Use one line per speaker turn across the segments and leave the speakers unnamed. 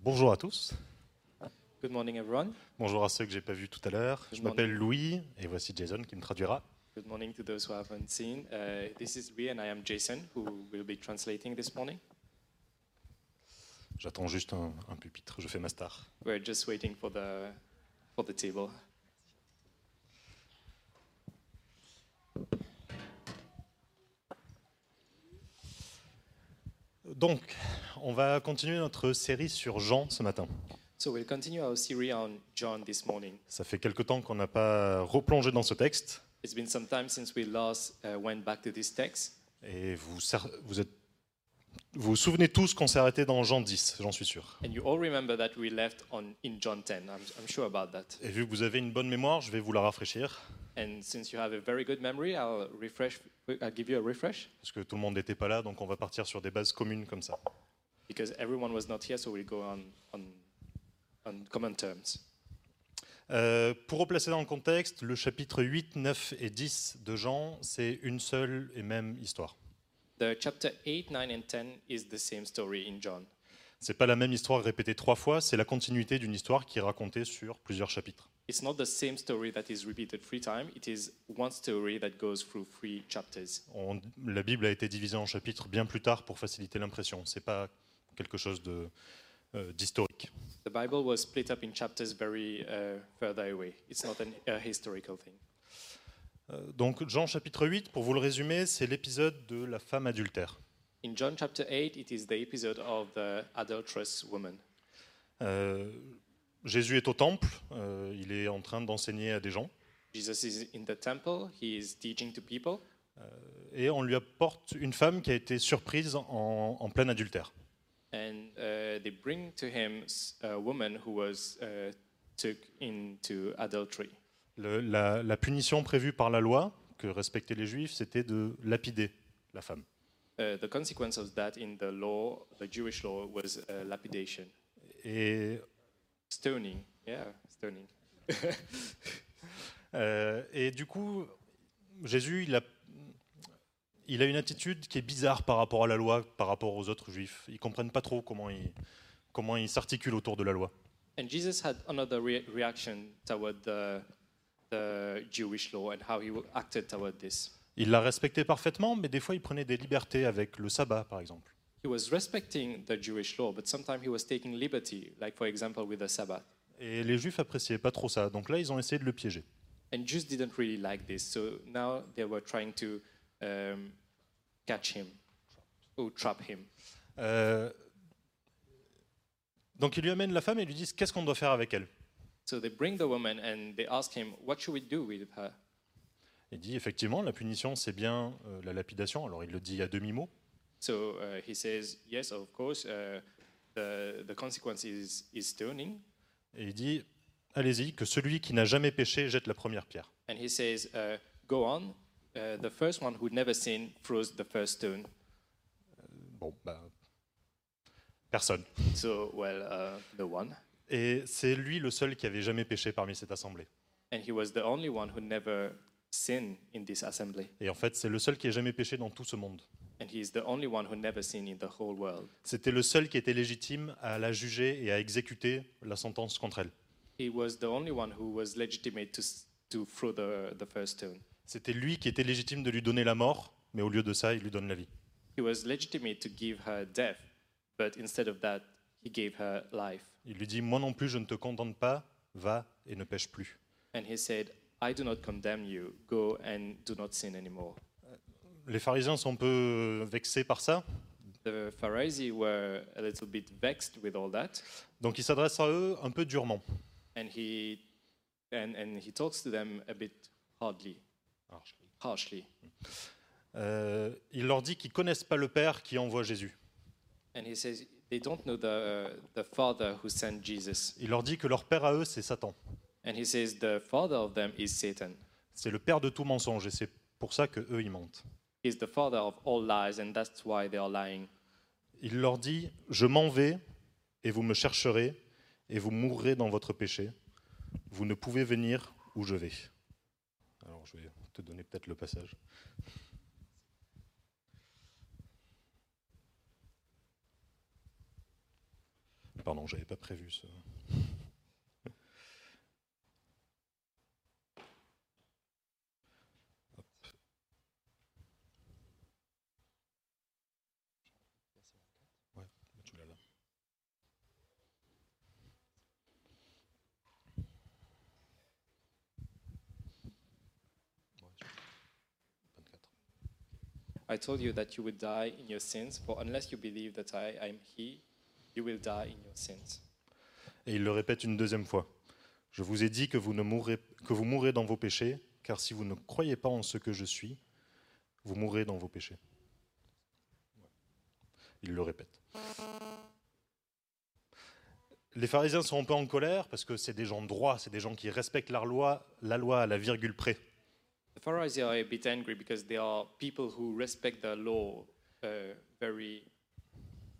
Bonjour à tous.
Good morning, everyone.
Bonjour à ceux que j'ai pas vus tout à l'heure. Je
Good
m'appelle Louis et voici Jason qui me traduira.
Good morning to those who haven't seen. Uh, this is Louis, and I am Jason, who will be translating this morning.
J'attends juste un, un pupitre, je fais ma star.
We're just waiting for the for the table.
Donc, on va continuer notre série sur Jean ce matin.
So we'll continue our series on John this morning.
Ça fait quelque temps qu'on n'a pas replongé dans ce texte
It's been some time since we last uh, went back to this text,
et vous cer- vous, êtes- vous vous souvenez tous qu'on s'est arrêté dans Jean 10, j'en suis sûr.
and you all remember that we left on in John 10. I'm, I'm sure about that.
Et vu que vous avez une bonne mémoire, je vais vous la rafraîchir
And since you have a very good memory, I'll refresh. I'll give you a refresh
parce que tout le monde n'était pas là, donc on va partir sur des bases communes comme ça.
because everyone was not here, so we'll go on on on common terms.
Euh, pour replacer dans le contexte, le chapitre 8, 9 et 10 de Jean, c'est une seule et même histoire.
The chapter 8, 9, and 10 is the same story in John.
C'est pas la même histoire répétée trois fois, c'est la continuité d'une histoire qui est racontée sur plusieurs chapitres.
It's not the same story that is repeated three times, it is one story that goes through three chapters.
On- la Bible a été divisée en chapitres bien plus tard pour faciliter l'impression. C'est pas quelque chose de, euh, d'historique.
The Bible was split up in chapters very uh, further away. It's not an, a historical thing.
Euh, donc Jean chapitre 8, pour vous le résumer, c'est l'épisode de la femme adultère.
In John chapter 8, it is the episode of the adulterous woman.
Euh, Jésus est au temple, euh, il est en train d'enseigner à des gens.
Jesus is in the temple, he is teaching to people,
et on lui apporte une femme qui a été surprise en, en plein adultère.
and uh, they bring to him s- a woman who was uh, took into adultery.
Le- la, la punition prévue par la loi que respectaient les juifs, c'était de lapider la femme.
Uh, the consequence of that in the law, the Jewish law, was uh, lapidation,
Et,
stoning. Yeah, stoning.
euh, et du coup, Jésus, il a, il a une attitude qui est bizarre par rapport à la loi, par rapport aux autres juifs. Ils comprennent pas trop comment ils comment ils s'articulent autour de la loi.
And Jesus had another re- reaction toward the, the Jewish law and how he w- acted toward this.
Il la respectait parfaitement, mais des fois, il prenait des libertés avec le sabbat, par exemple.
He was respecting the Jewish law, but sometimes he was taking liberty, like for example with the Sabbath.
Et les juifs appréciaient pas trop ça. Donc là, ils ont essayé de le piéger.
And Jews didn't really like this, so now they were trying to um, catch him, or trap him.
Euh, donc ils lui amènent la femme et lui disent qu'est-ce qu'on doit faire avec elle.
So they bring the woman and they ask him, "What should we do with her?"
Il dit effectivement la punition c'est bien euh, la lapidation. Alors il le dit à demi mot,
So uh, he says, yes, of course, uh, the, the consequence is, is stoning.
et il dit allez-y que celui qui n'a jamais péché jette la première pierre.
And he says, uh, go on. Uh, the first one who never sinned throws the first stone.
Bon bah personne.
So, well, uh, the one.
Et c'est lui le seul qui avait jamais péché parmi cette assemblée.
And he was the only one who never sinned in this assembly.
Et en fait c'est le seul qui ait jamais péché dans tout ce monde.
And he is the only one who never sinned in the whole world.
C'était le seul qui était légitime à la juger et à exécuter la sentence contre elle.
He was the only one who was legitimate to, s- to throw the, the first stone.
C'était lui qui était légitime de lui donner la mort, mais au lieu de ça il lui donne la vie.
He was legitimate to give her death, but instead of that, he gave her life.
Il lui dit Moi non plus, je ne te condamne pas, va et ne pêche plus.
And he said, I do not condemn you. Go and do not sin anymore.
Les pharisiens sont un peu vexés par ça,
The Pharisees were a little bit vexed with all that,
donc il s'adresse à eux un peu durement.
and he, and, and he talks to them a bit hardly, harshly.
Euh, il leur dit qu'ils connaissent pas le Père qui envoie Jésus.
And he says, they don't know the, the Father who sent Jesus.
Il leur dit que leur Père à eux, c'est Satan.
And he says, the father of them is Satan.
C'est le Père de tout mensonge et c'est pour ça que eux, ils mentent.
He's the father of all lies, and that's why they are lying.
Il leur dit Je m'en vais et vous me chercherez et vous mourrez dans votre péché. Vous ne pouvez venir où je vais. Alors je vais te donner peut-être le passage. Pardon, j'avais pas prévu ce. Hop. Ouais, tu l'as là. Ouais, je- 24.
I told you that you would die in your sins, for unless you believe that I am He, you will die in your sins.
Et il le répète une deuxième fois. Je vous ai dit que vous, ne mourrez, que vous mourrez dans vos péchés, car si vous ne croyez pas en ce que je suis, vous mourrez dans vos péchés. Il le répète. Les pharisiens sont un peu en colère parce que c'est des gens droits, c'est des gens qui respectent la loi, la loi à la virgule près.
The Pharisees are a bit angry because they are people who respect the law uh, very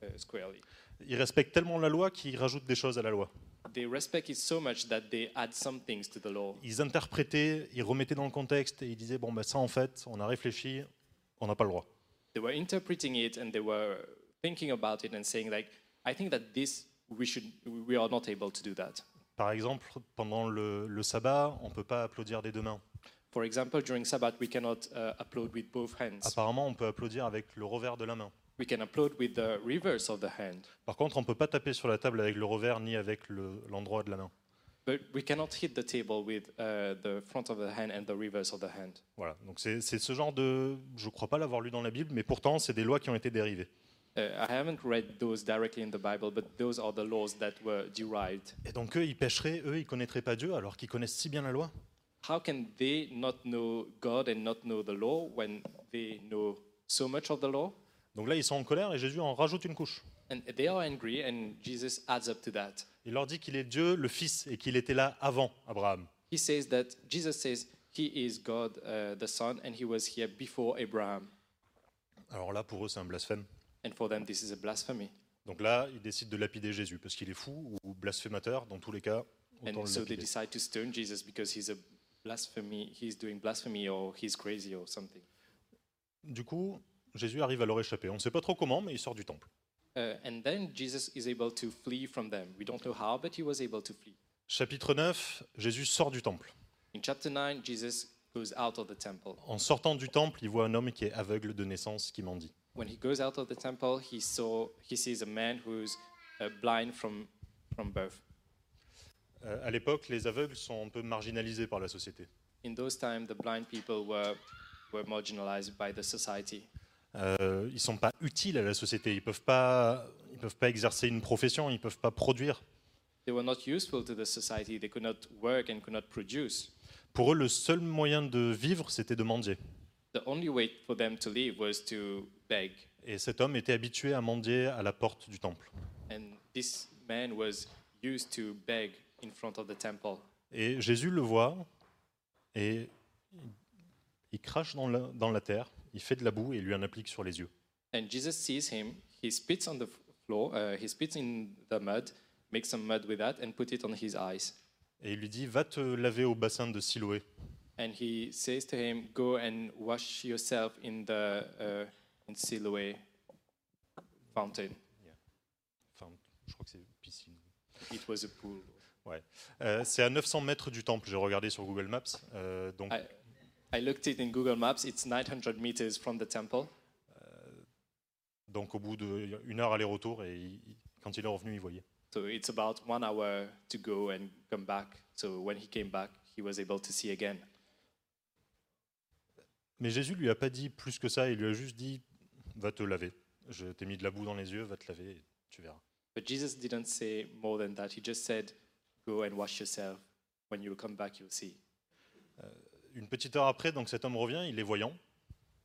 uh, squarely.
Ils respectent tellement la loi qu'ils rajoutent des choses à la loi.
They respect it so much that they add some things to the law.
Ils interprétaient, ils remettaient dans le contexte et ils disaient bon ben ça en fait, on a réfléchi, on n'a pas le droit.
They were interpreting it and they were thinking about it and saying like, I think that this we should we are not able to do that.
Par exemple, pendant le, le sabbat, on ne peut pas applaudir des deux mains.
For example, during Sabbath we cannot uh, applaud with both hands.
Apparemment, on peut applaudir avec le revers de la main.
We can applaud with the reverse of the hand,
Par contre, on ne peut pas taper sur la table avec le revers ni avec le- l'endroit de la main.
but we cannot hit the table with uh, the front of the hand and the reverse of the hand.
Voilà, donc c'est c'est ce genre de... Je ne crois pas l'avoir lu dans la Bible, mais pourtant, c'est des lois qui ont été dérivées.
Uh, I haven't read those directly in the Bible, but those are the laws that were derived.
Et donc, eux, ils pêcheraient, eux, ils connaîtraient pas Dieu, alors qu'ils connaissent si bien la loi.
How can they not know God and not know the law when they know so much of the law?
Donc là, ils sont en colère et Jésus en rajoute une couche.
And they are angry, and Jesus adds up to that.
Il leur dit qu'il est Dieu, le Fils, et qu'il était là avant Abraham.
He says that Jesus says he is God uh, the Son, and he was here before Abraham.
Alors là, pour eux, c'est un blasphème.
And for them, this is a blasphemy.
Donc là, ils décident de lapider Jésus, parce qu'il est fou ou blasphémateur, dans tous les cas. autant
And
le
so they
lapider.
decide to stone Jesus because he's a blasphemy. He's doing blasphemy, or he's crazy, or something.
Du coup, Jésus arrive à leur échapper. On ne sait pas trop comment, mais il sort du temple.
Uh, and then Jesus is able to flee from them. We don't know how, but he was able to flee.
Chapitre 9, Jésus sort du temple.
In chapter 9, Jesus goes out of the temple.
En sortant du temple, il voit un homme qui est aveugle de naissance qui mendie.
When he goes out of the temple, he saw he sees a man who's uh, blind from from birth.
Euh, à l'époque, les aveugles sont un peu marginalisés par la société.
In those times, the blind people were were marginalized by the society.
Euh, ils ne sont pas utiles à la société. Ils ne peuvent, pas- ils peuvent pas exercer une profession, ils ne peuvent pas produire.
They were not useful to the society. They could not work and could not produce.
Pour eux, le seul moyen de vivre, c'était de mendier.
The only way for them to live was to beg.
Et cet homme était habitué à mendier à la porte du temple.
And this man was used to beg in front of the temple.
Et Jésus le voit et il crache dans la, dans la terre, il fait de la boue et lui en applique sur les yeux.
And Jesus sees him. He spits on the f- floor. Uh, he spits in the mud, makes some mud with that, and put it on his eyes.
Et il lui dit Va te laver au bassin de Siloé.
And he says to him, "Go and wash yourself in the uh, in Siloé fountain."
Enfin, je crois que c'est piscine.
It was a pool.
Euh, c'est à 900 mètres du temple, j'ai regardé sur Google Maps. Euh, donc,
Ah. I looked it in Google Maps. It's 900 meters from the temple.
donc, au bout d'une heure aller-retour, et il- il- quand il est revenu, il voyait.
So it's about one hour to go and come back. So when he came back, he was able to see again.
Mais Jésus lui a pas dit plus que ça, il lui a juste dit Va te laver. Je t'ai mis de la boue dans les yeux, va te laver et tu verras.
But Jesus didn't say more than that. He just said, Go and wash yourself. When you come back, you'll see.
Une petite heure après, donc cet homme revient, il est voyant.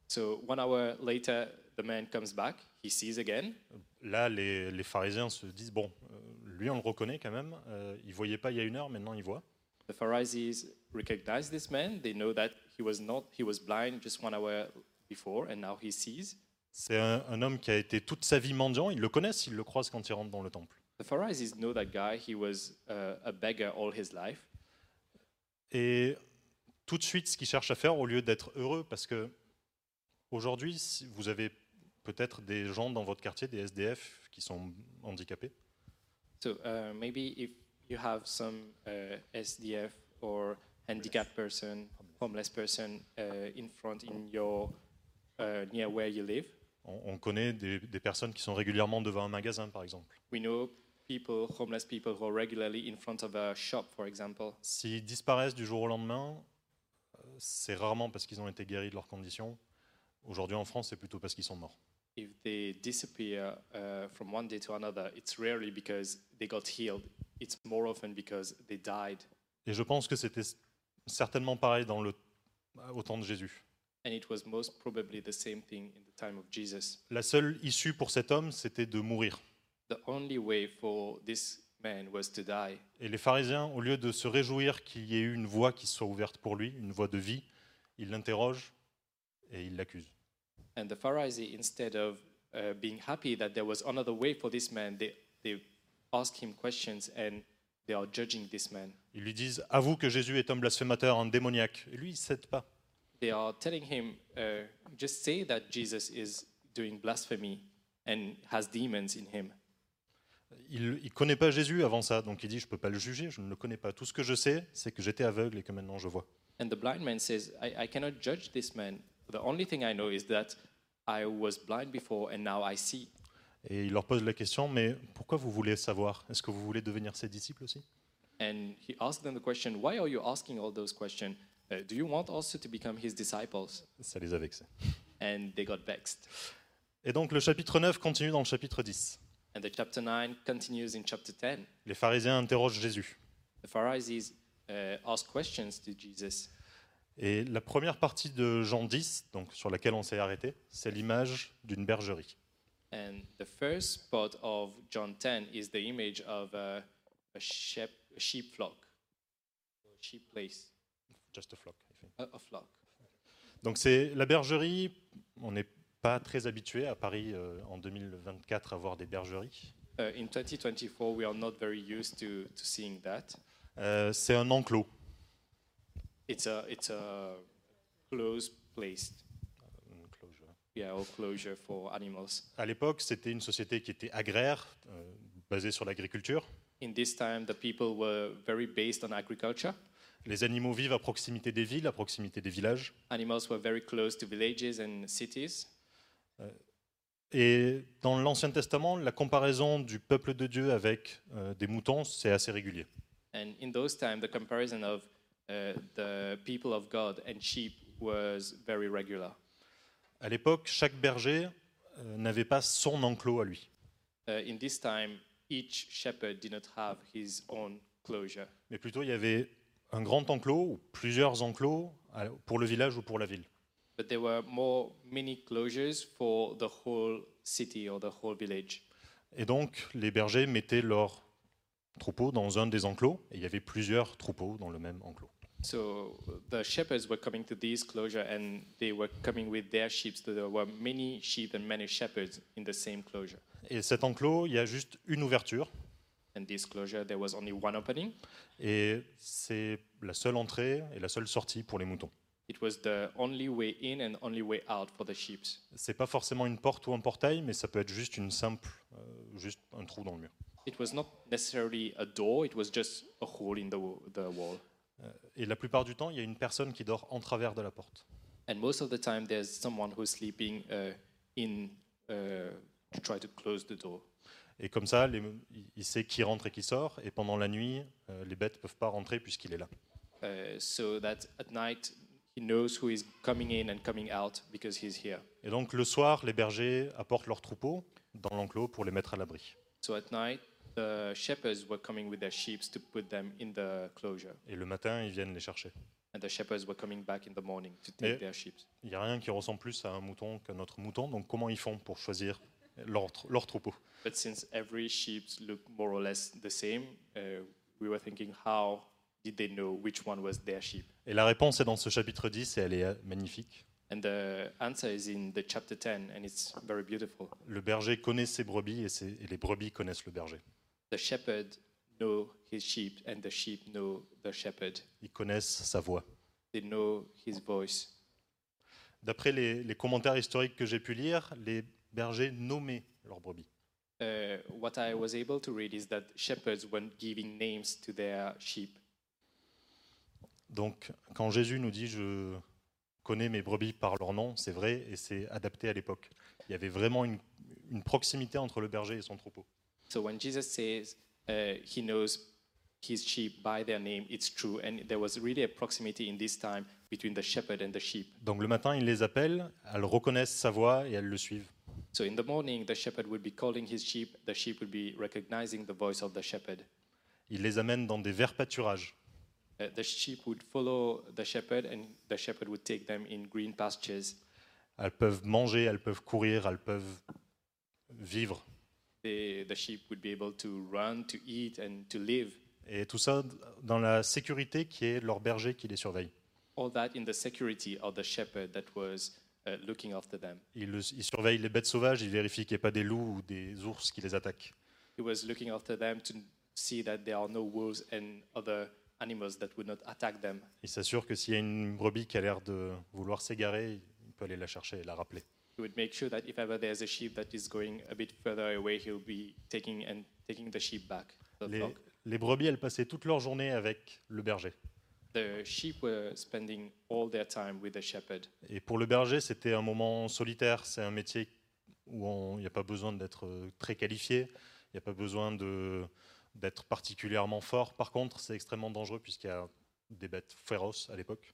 So one hour later, the man comes back. He sees again.
Là, les, les pharisiens se disent Bon, euh, lui, on le reconnaît quand même, euh, il voyait pas il y a une heure, maintenant il voit.
The Pharisees recognize this man. They know that he was not he was blind just one hour before, and now he sees.
C'est un, un homme qui a été toute sa vie mendiant, ils le connaissent, ils le croisent quand ils rentrent dans le temple.
The Pharisees know that guy. He was uh, a beggar all his life.
Et tout de suite, ce qu'ils cherchent à faire, au lieu d'être heureux, parce que aujourd'hui, si vous avez peut-être des gens dans votre quartier, des SDF, qui sont handicapés.
So uh, maybe if you have some uh, SDF or handicapped person, homeless person uh, in front in your uh, near where you live,
On, on connaît des, des personnes qui sont régulièrement devant un magasin, par exemple.
we know people, homeless people who are regularly in front of a shop, for example.
S'ils disparaissent du jour au lendemain, euh, c'est rarement parce qu'ils ont été guéris de leurs conditions. Aujourd'hui, en France, c'est plutôt parce qu'ils sont morts.
If they disappear uh, from one day to another, it's rarely because they got healed. It's more often because they died.
Et je pense que c'était s- certainement pareil dans le, au temps de Jésus.
And it was most probably the same thing in the time of Jesus.
La seule issue pour cet homme, c'était de mourir.
The only way for this man was to die.
Et les pharisiens, au lieu de se réjouir qu'il y ait eu une voie qui soit ouverte pour lui, une voie de vie, ils l'interrogent et ils l'accusent.
And the Pharisee, instead of uh, being happy that there was another way for this man, they, they ask him questions and they are judging this man.
Ils lui disent Avoue que Jésus est un blasphémateur, un démoniaque. Et lui, il ne cède pas.
They are telling him, uh, just say that Jesus is doing blasphemy and has demons in him.
Il ne connaît pas Jésus avant ça, donc il dit Je ne peux pas le juger, je ne le connais pas. Tout ce que je sais, c'est que j'étais aveugle et que maintenant je vois.
And the blind man says, I, I cannot judge this man. The only thing I know is that I was blind before and now I see.
Et il leur pose la question Mais pourquoi vous voulez savoir Est-ce que vous voulez devenir ses disciples aussi
And he asked them the question, Why are you asking all those questions? Uh, do you want also to become his disciples?
Ça les a vexés.
And they got vexed.
Et donc le chapitre 9 continue dans le chapitre 10.
And the chapter 9 continues in chapter 10.
Les pharisiens interrogent Jésus.
The Pharisees uh, ask questions to Jesus.
Et la première partie de Jean 10, donc sur laquelle on s'est arrêté, c'est l'image d'une bergerie.
And the first part of John 10 is the image of a, a, sheep, a sheep flock, or sheep place,
Just a flock, I think.
a, a flock.
Donc c'est la bergerie. On n'est pas très habitué à Paris euh, en 2024 à voir des bergeries.
Uh, in 2024, we are not very used to, to seeing that.
Euh, c'est un enclos.
It's a, it's a closed place, yeah, or closure for animals.
À l'époque, c'était une société qui était agraire, euh, basée sur l'agriculture.
In this time, the people were very based on agriculture.
Les animaux vivent à proximité des villes, à proximité des villages.
Animals were very close to villages and cities.
Et dans l'Ancien Testament, la comparaison du peuple de Dieu avec euh, des moutons, c'est assez régulier.
And in those times, the comparison of uh, the people of God and sheep was very regular.
À l'époque, chaque berger euh, n'avait pas son enclos à lui.
Uh, in this time, each shepherd did not have his own closure,
Mais plutôt, il y avait un grand enclos ou plusieurs enclos à- pour le village ou pour la ville.
but there were more mini closures for the whole city or the whole village.
Et donc, les bergers mettaient leurs troupeaux dans un des enclos, et il y avait plusieurs troupeaux dans le même enclos.
So the shepherds were coming to these closure, and they were coming with their sheep. So there were many sheep and many shepherds in the same closure.
Et cet enclos, il y a juste une ouverture,
In this closure, there was only one opening.
et c'est la seule entrée et la seule sortie pour les moutons.
It was the only way in and only way out for the sheep.
C'est pas forcément une porte ou un portail, mais ça peut être juste une simple, euh, juste un trou dans le mur.
It was not necessarily a door, it was just a hole in the, wa- the wall.
Et la plupart du temps, il y a une personne qui dort en travers de la porte.
And most of the time, there's someone who's sleeping uh, in uh, to try to close the door.
Et comme ça, les- il sait qui rentre et qui sort. Et pendant la nuit, euh, les bêtes ne peuvent pas rentrer puisqu'il est là.
Uh, so that at night, he knows who is coming in and coming out because he's here.
Et donc le soir, les bergers apportent leurs troupeaux dans l'enclos pour les mettre à l'abri.
So at night, the shepherds were coming with their sheep to put them in the closure,
Et le matin, ils viennent les chercher.
and the shepherds were coming back in the morning to take
Yeah.
their sheep.
Il n'y a rien qui ressemble plus à un mouton qu'un autre mouton. Donc comment ils font pour choisir leur, tr- leur troupeau
But since every sheep looked more or less the same, uh, we were thinking, how did they know which one was their sheep?
Et la réponse est dans ce chapitre 10 et elle est euh, magnifique.
And the answer is in the chapter 10, and it's very beautiful.
Le berger connaît ses brebis et, ses- et les brebis connaissent le berger.
The shepherd know his sheep, and the sheep know the shepherd.
Ils connaissent sa voix.
They know his voice.
D'après les- les commentaires historiques que j'ai pu lire, les bergers nommaient leurs brebis.
uh, what I was able to read is that shepherds weren't giving names to their sheep.
Donc, quand Jésus nous dit je connais mes brebis par leur nom, c'est vrai et c'est adapté à l'époque. Il y avait vraiment une, une proximité entre le berger et son troupeau.
So when Jesus says uh, he knows his sheep by their name, it's true. And there was really a proximity in this time between the shepherd and the sheep.
Donc le matin, il les appelle, elles reconnaissent sa voix et elles le suivent.
So in the morning, the shepherd would be calling his sheep, the sheep would be recognizing the voice of the shepherd.
Il les amène dans des verts pâturages.
Uh, the sheep would follow the shepherd, and the shepherd would take them in green pastures.
Elles peuvent manger, elles peuvent courir, elles peuvent vivre.
The, the sheep would be able to run, to eat, and to live.
Et tout ça dans la sécurité qui est leur berger qui les surveille.
All that in the security of the shepherd that was uh, looking after them.
Il, le- il surveille les bêtes sauvages, il vérifie qu'il n'y ait pas des loups ou des ours qui les attaquent.
He was looking after them to see that there are no wolves and other animals that would not attack them.
Il s'assure que s'il y a une brebis qui a l'air de vouloir s'égarer, il peut aller la chercher et la rappeler.
He would make sure that if ever there's a sheep that is going a bit further away, he'll be taking and taking the sheep back. The,
Les,
flock.
les brebis, elles passaient toute leur journée avec le berger.
the sheep were spending all their time with the shepherd.
Et pour le berger, c'était un moment solitaire. C'est un métier où on- il n'y a pas besoin d'être euh, très qualifié, il n'y a pas besoin de- d'être particulièrement fort. Par contre, c'est extrêmement dangereux puisqu'il y a des bêtes féroces à l'époque.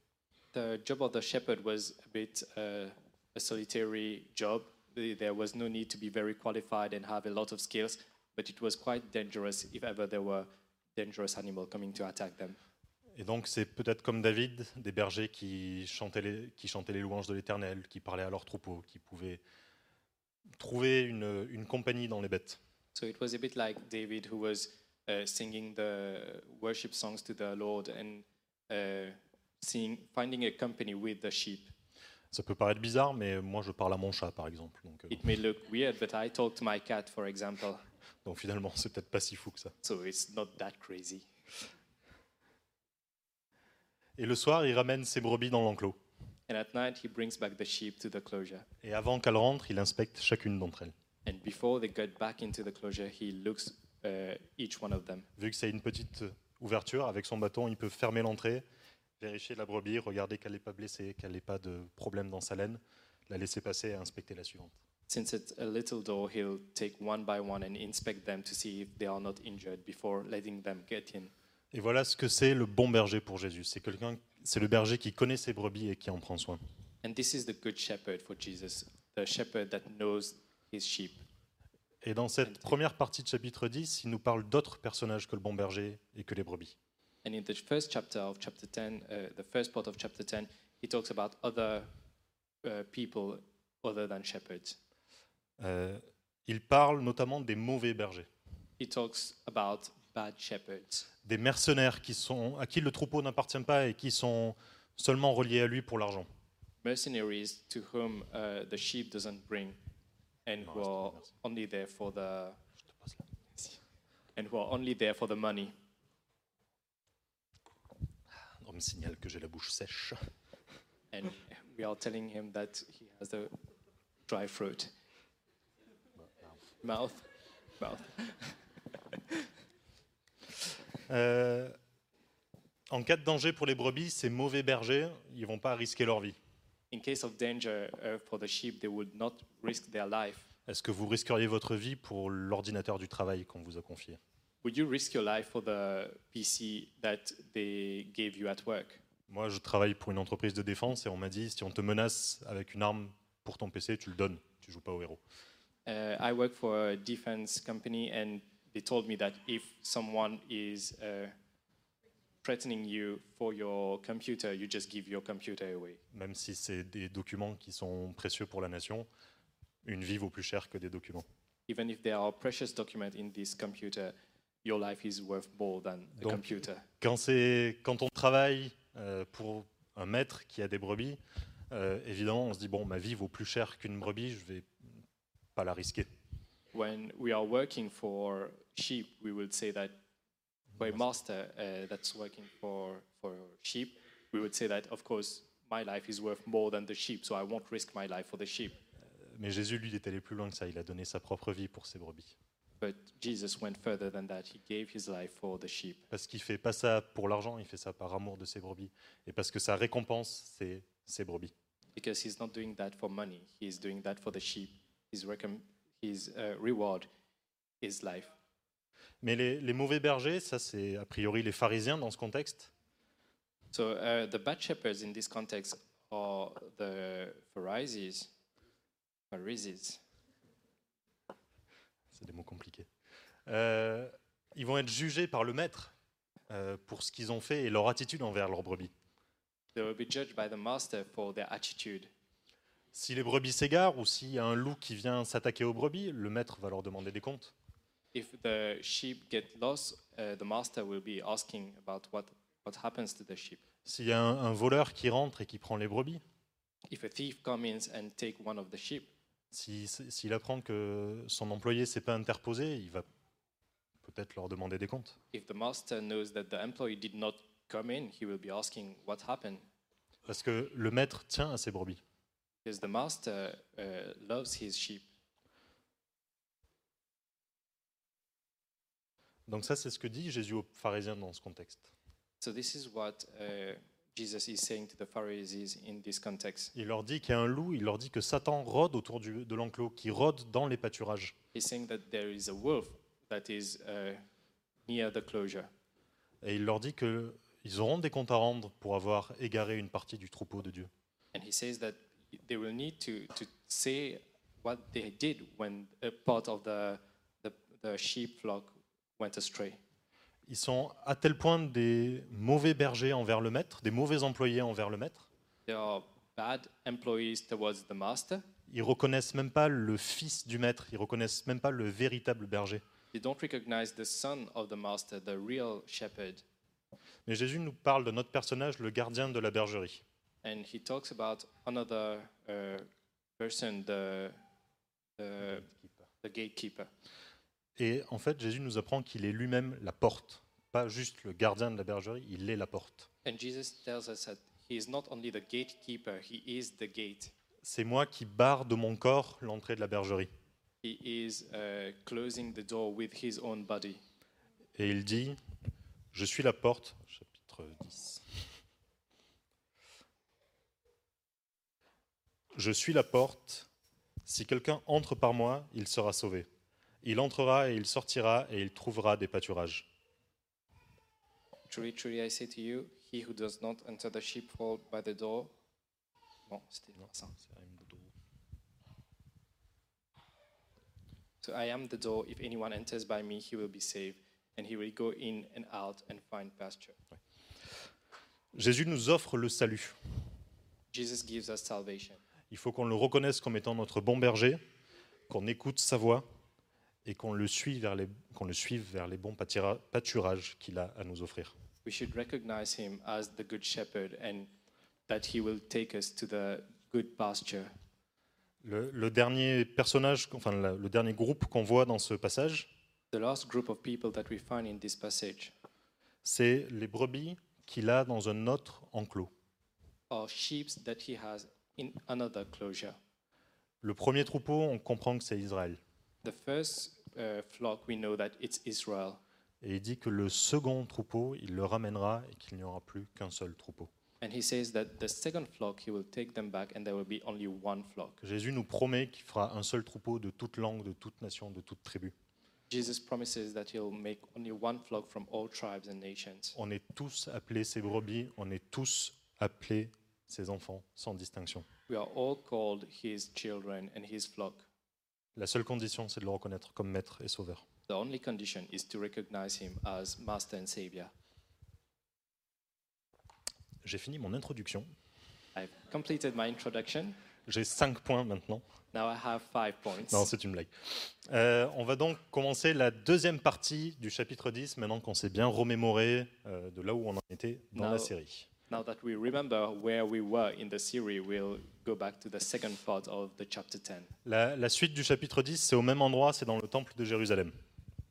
The job of the shepherd was a bit uh, a solitary job. The- There was no need to be very qualified and have a lot of skills, but it was quite dangerous if ever there were dangerous animal coming to attack them.
Et donc, c'est peut-être comme David, des bergers qui chantaient les, qui chantaient les louanges de l'Éternel, qui parlaient à leur troupeau, qui pouvaient trouver une- une compagnie dans les bêtes.
So it was a bit like David, who was uh, singing the worship songs to the Lord and uh, seeing, finding a company with the sheep.
Ça peut paraître bizarre, mais moi je parle à mon chat par exemple. Donc, euh,
It may look weird, but I talk to my cat, for example,
donc finalement, c'est peut-être pas si fou que ça.
so it's not that crazy.
Et le soir, il ramène ses brebis dans l'enclos.
And at night, he brings back the sheep to the closure.
Et avant qu'elles rentrent, il inspecte chacune d'entre elles.
And before they get back into the closure, he looks uh, each one of them.
Vu que c'est une petite euh, ouverture, avec son bâton, il peut fermer l'entrée, vérifier la brebis, regarder qu'elle n'est pas blessée, qu'elle n'ait pas de problème dans sa laine, la laisser passer et inspecter la suivante.
Since it's a little door, he'll take one by one and inspect them to see if they are not injured before letting them get in.
Et voilà ce que c'est le bon berger pour Jésus. C'est quelqu'un, c'est le berger qui connaît ses brebis et qui en prend soin.
And this is the good shepherd for Jesus, the shepherd that knows his sheep.
Et dans cette première partie de chapitre 10, il nous parle d'autres personnages que le bon berger et que les brebis.
And in the first chapter of chapter 10, uh, the first part of chapter 10, he talks about other uh, people other than shepherds.
Euh, il parle notamment des mauvais bergers,
He talks about bad shepherds,
des mercenaires qui sont, à qui le troupeau n'appartient pas et qui sont seulement reliés à lui pour l'argent.
mercenaries to whom uh, the sheep doesn't bring and
No,
who
that's
are
not mercy.
only there for the and who are only there for the money.
On me signale que j'ai la bouche sèche.
And we are telling him that he has the dry throat. Mouth. Mouth.
Euh, en cas de danger pour les brebis, ces mauvais bergers, ils vont pas risquer leur vie.
In case of danger uh, for the sheep, they would not risk their life.
Est-ce que vous risqueriez votre vie pour l'ordinateur du travail qu'on vous a confié
Would you risk your life for the PC that they gave you at work?
Moi, je travaille pour une entreprise de défense et on m'a dit si on te menace avec une arme pour ton PC, tu le donnes. Tu joues pas au héros.
Uh, I work for a defense company, and they told me that if someone is uh, threatening you for your computer, you just give your computer away.
Même si c'est des documents qui sont précieux pour la nation, une vie vaut plus cher que des documents.
Even if there are precious documents in this computer, your life is worth more than a
Donc-
computer.
Quand, c'est- quand on travaille euh, pour un maître qui a des brebis, euh, évidemment, on se dit bon, ma vie vaut plus cher qu'une brebis, je vais pas la risquer.
When we are working for sheep, we will say that for a master uh, that's working for for sheep, we would say that of course my life is worth more than the sheep, so I won't risk my life for the sheep.
Mais Jésus, lui, il est allé plus loin que ça. Il a donné sa propre vie pour ses brebis.
But Jesus went further than that. He gave his life for the sheep
Parce qu'il fait pas ça pour l'argent, il fait ça par amour de ses brebis. Et parce que sa récompense, c'est ses brebis.
because he's not doing that for money. He is doing that for the sheep. His, recom- his uh, reward is life.
Mais les, les mauvais bergers, ça c'est a priori les pharisiens dans ce contexte.
So uh, the bad shepherds in this context are the Pharisees. Pharisees.
C'est des mots compliqués. Euh, ils vont être jugés par le maître euh, pour ce qu'ils ont fait et leur attitude envers leurs brebis.
They will be judged by the master for their attitude.
Si les brebis s'égarent ou s'il y a un loup qui vient s'attaquer aux brebis, le maître va leur demander des comptes.
If the sheep get lost, uh, the master will be asking about what, what happens to the sheep.
S'il y a un, un voleur qui rentre et qui prend les brebis,
If a thief comes in and take one of the sheep,
si- s'il apprend que son employé s'est pas interposé, il va peut-être leur demander des comptes.
if the master knows that the employee did not come in, he will be asking what happened.
Parce que le maître tient à ses brebis.
Because the master uh, loves his sheep.
Donc ça, c'est ce que dit Jésus aux pharisiens dans ce contexte.
So this is what uh, Jesus is saying to the Pharisees in this context.
Il leur dit qu'il y a un loup, il leur dit que Satan rôde autour du- de l'enclos, qui rôde dans les pâturages.
He's saying that there is a wolf that is uh, near the closure,
Et il leur dit qu'ils auront des comptes à rendre pour avoir égaré une partie du troupeau de Dieu.
and he says that they will need to to say what they did when a part of the the, the sheep flock went astray.
Ils sont à tel point des mauvais bergers envers le maître, des mauvais employés envers le maître.
They are bad employees towards the master.
Ils reconnaissent même pas le fils du maître, ils reconnaissent même pas le véritable berger.
They don't recognize the son of the master, the real shepherd.
Mais Jésus nous parle de notre personnage, le gardien de la bergerie.
and he talks about another uh, person, the, the the gatekeeper.
Et en fait, Jésus nous apprend qu'il est lui-même la porte, pas juste le gardien de la bergerie, il est la porte.
And Jesus tells us that he is not only the gatekeeper; he is the gate.
C'est moi qui barre de mon corps l'entrée de la bergerie.
He is uh, closing the door with his own body.
Et il dit, je suis la porte, chapitre 10. Je suis la porte, si quelqu'un entre par moi, il sera sauvé. Il entrera et il sortira et il trouvera des pâturages.
Truly, truly, I say to you, he who does not enter the sheepfold by the door. Bon, c'était pas ça. So I am the door. If anyone enters by me, he will be saved, and he will go in and out and find pasture.
Jésus nous offre le salut.
Jesus gives us salvation.
Il faut qu'on le reconnaisse comme étant notre bon berger, qu'on écoute sa voix et qu'on le suive vers les, qu'on le suive vers les bons pâtira- pâturages qu'il a à nous offrir.
we should recognize him as the good shepherd and that he will take us to the good pasture.
Le, le dernier personnage, enfin la- le dernier groupe qu'on voit dans ce passage,
The last group of people that we find in this passage
c'est les brebis qu'il a dans un autre enclos.
are sheep that he has in another closure.
Le premier troupeau, on comprend que c'est Israël.
The first uh, flock, we know that it's Israel,
Et il dit que le second troupeau, il le ramènera et qu'il n'y aura plus qu'un seul troupeau.
and he says that the second flock, he will take them back, and there will be only one flock.
Que Jésus nous promet qu'il fera un seul troupeau de toute langue, de toute nation, de toute tribu.
Jesus promises that he'll make only one flock from all tribes and nations.
On est tous appelés ses brebis, on est tous appelés ses enfants, sans distinction.
We are all called his children and his flock.
La seule condition, c'est de le reconnaître comme maître et sauveur.
The only condition is to recognize him as master and savior.
J'ai fini mon introduction.
I've completed my introduction.
J'ai cinq points maintenant.
Now I have five points.
Non, c'est une blague. Euh, on va donc commencer la deuxième partie du chapitre 10, maintenant qu'on s'est bien remémoré euh, de là où on en était dans
Non.
la série.
Now that we remember where we were in the series, we'll go back to the second part of the chapter 10.
La, la suite du chapitre 10, c'est au même endroit, c'est dans le temple de Jérusalem.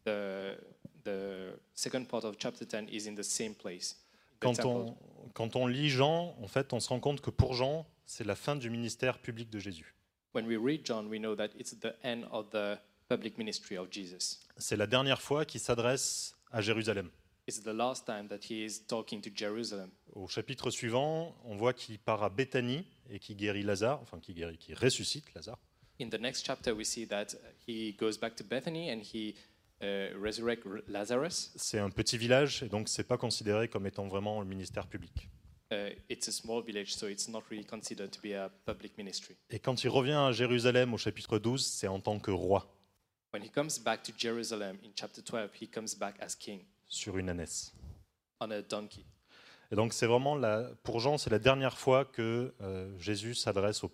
The, the second part of chapter 10 is in the same place. The
Quand
temple.
on, quand on lit Jean, en fait, on se rend compte que pour Jean, c'est la fin du ministère public de Jésus.
When we read John, we know that it's the end of the public ministry of Jesus.
C'est la dernière fois qu'il s'adresse à Jérusalem.
It's the last time that he is talking to Jerusalem.
Au chapitre suivant, on voit qu'il part à Béthanie et qu'il guérit Lazare, enfin qu'il guérit, qu'il ressuscite Lazare.
In the next chapter, we see that uh, he goes back to Bethany and he uh, resurrects Lazarus.
C'est un petit village et donc c'est pas considéré comme étant vraiment le ministère public.
Uh, it's a small village, so it's not really considered to be a public ministry.
Et quand il revient à Jérusalem au chapitre 12, c'est en tant que roi
When he comes back to Jerusalem in chapter 12, he comes back as king
sur une ânesse.
on a donkey.
Et donc c'est vraiment la, pour Jean, c'est la dernière fois que euh, Jésus s'adresse au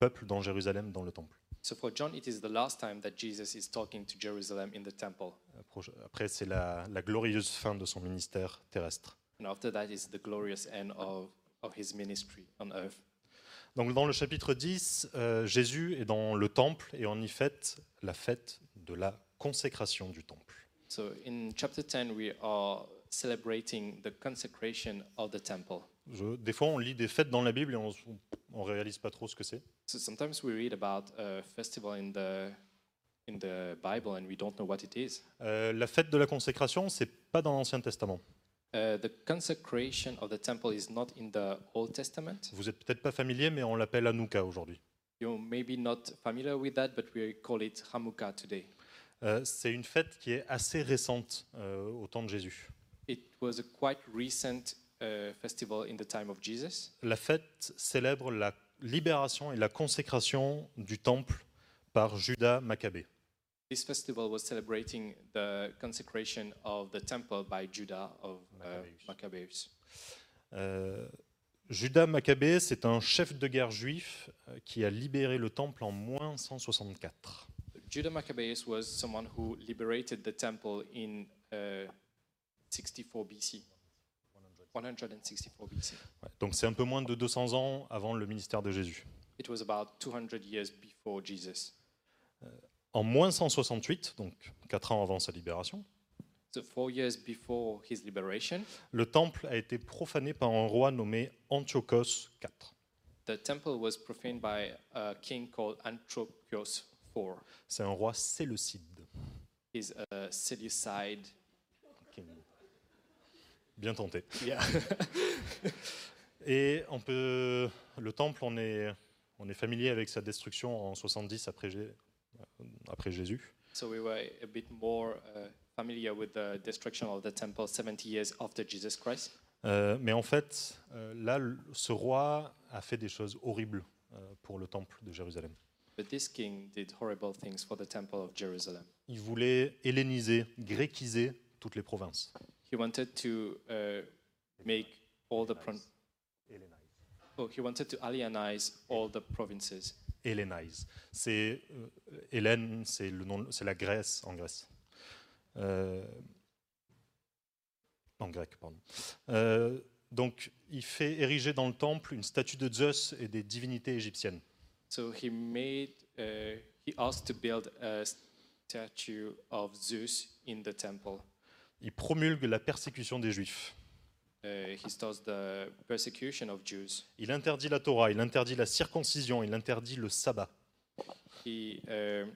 peuple dans Jérusalem, dans le temple.
So for John, it is the last time that Jesus is talking to Jerusalem in the temple.
Après- Après, c'est la, la glorieuse fin de son ministère terrestre.
And after that is the glorious end of, of his ministry on earth.
Donc dans le chapitre 10, euh, Jésus est dans le temple et on y fête la fête de la consécration du temple.
So in chapter 10, we are celebrating the consecration of the temple.
Je- des fois, on lit des fêtes dans la Bible et on ne réalise pas trop ce que c'est.
So sometimes we read about a festival in the in the Bible and we don't know what it is.
Euh, la fête de la consécration, c'est pas dans l'Ancien Testament.
Uh, the consecration of the temple is not in the Old Testament.
Vous êtes peut-être pas familier, mais on l'appelle Hanouka aujourd'hui.
You're maybe not familiar with that, but we call it Hanukkah today.
Euh, c'est une fête qui est assez récente euh, au temps de Jésus.
It was a quite recent uh, festival in the time of Jesus.
La fête célèbre la libération et la consécration du temple par Judas Maccabée.
This festival was celebrating the consecration of the temple by Judah of uh,
Maccabeus.
Maccabeus.
Euh, Judas Maccabée, c'est un chef de guerre juif euh, qui a libéré le temple en moins 164.
Judah Maccabeus was someone who liberated the temple in uh, 64 BC. 164 BC.
Ouais, donc c'est un peu moins de 200 ans avant le ministère de Jésus.
It was about 200 years before Jesus.
En moins 168, donc 4 ans avant sa libération,
So, four years before his liberation,
le temple a été profané par un roi nommé Antiochos IV.
the temple was profaned by a king called Antiochus IV.
C'est un roi séleucide.
He's a Seleucide.
Bien tenté.
Yeah.
Et on peut, le temple, on est, on est familier avec sa destruction en 70 après, Jé- après Jésus.
So we were a bit more uh, familiar with the destruction of the temple 70 years after Jesus Christ.
Euh, mais en fait, euh, là, le- ce roi a fait des choses horribles euh, pour le temple de Jérusalem.
But this king did horrible things for the temple of Jerusalem.
Il voulait helléniser, gréciser toutes les provinces.
He wanted to uh, make all the pro- oh, he wanted to alienize all the provinces.
Hellénise. C'est euh, Hélène, c'est le nom, c'est la Grèce en Grèce. Euh, en grec, pardon. Euh, donc, il fait ériger dans le temple une statue de Zeus et des divinités égyptiennes.
So he made uh, he asked to build a statue of Zeus in the temple.
Il promulgue la persécution des Juifs.
Uh, he starts the persecution of Jews.
Il interdit la Torah, il interdit la circoncision, il interdit le sabbat.
he um,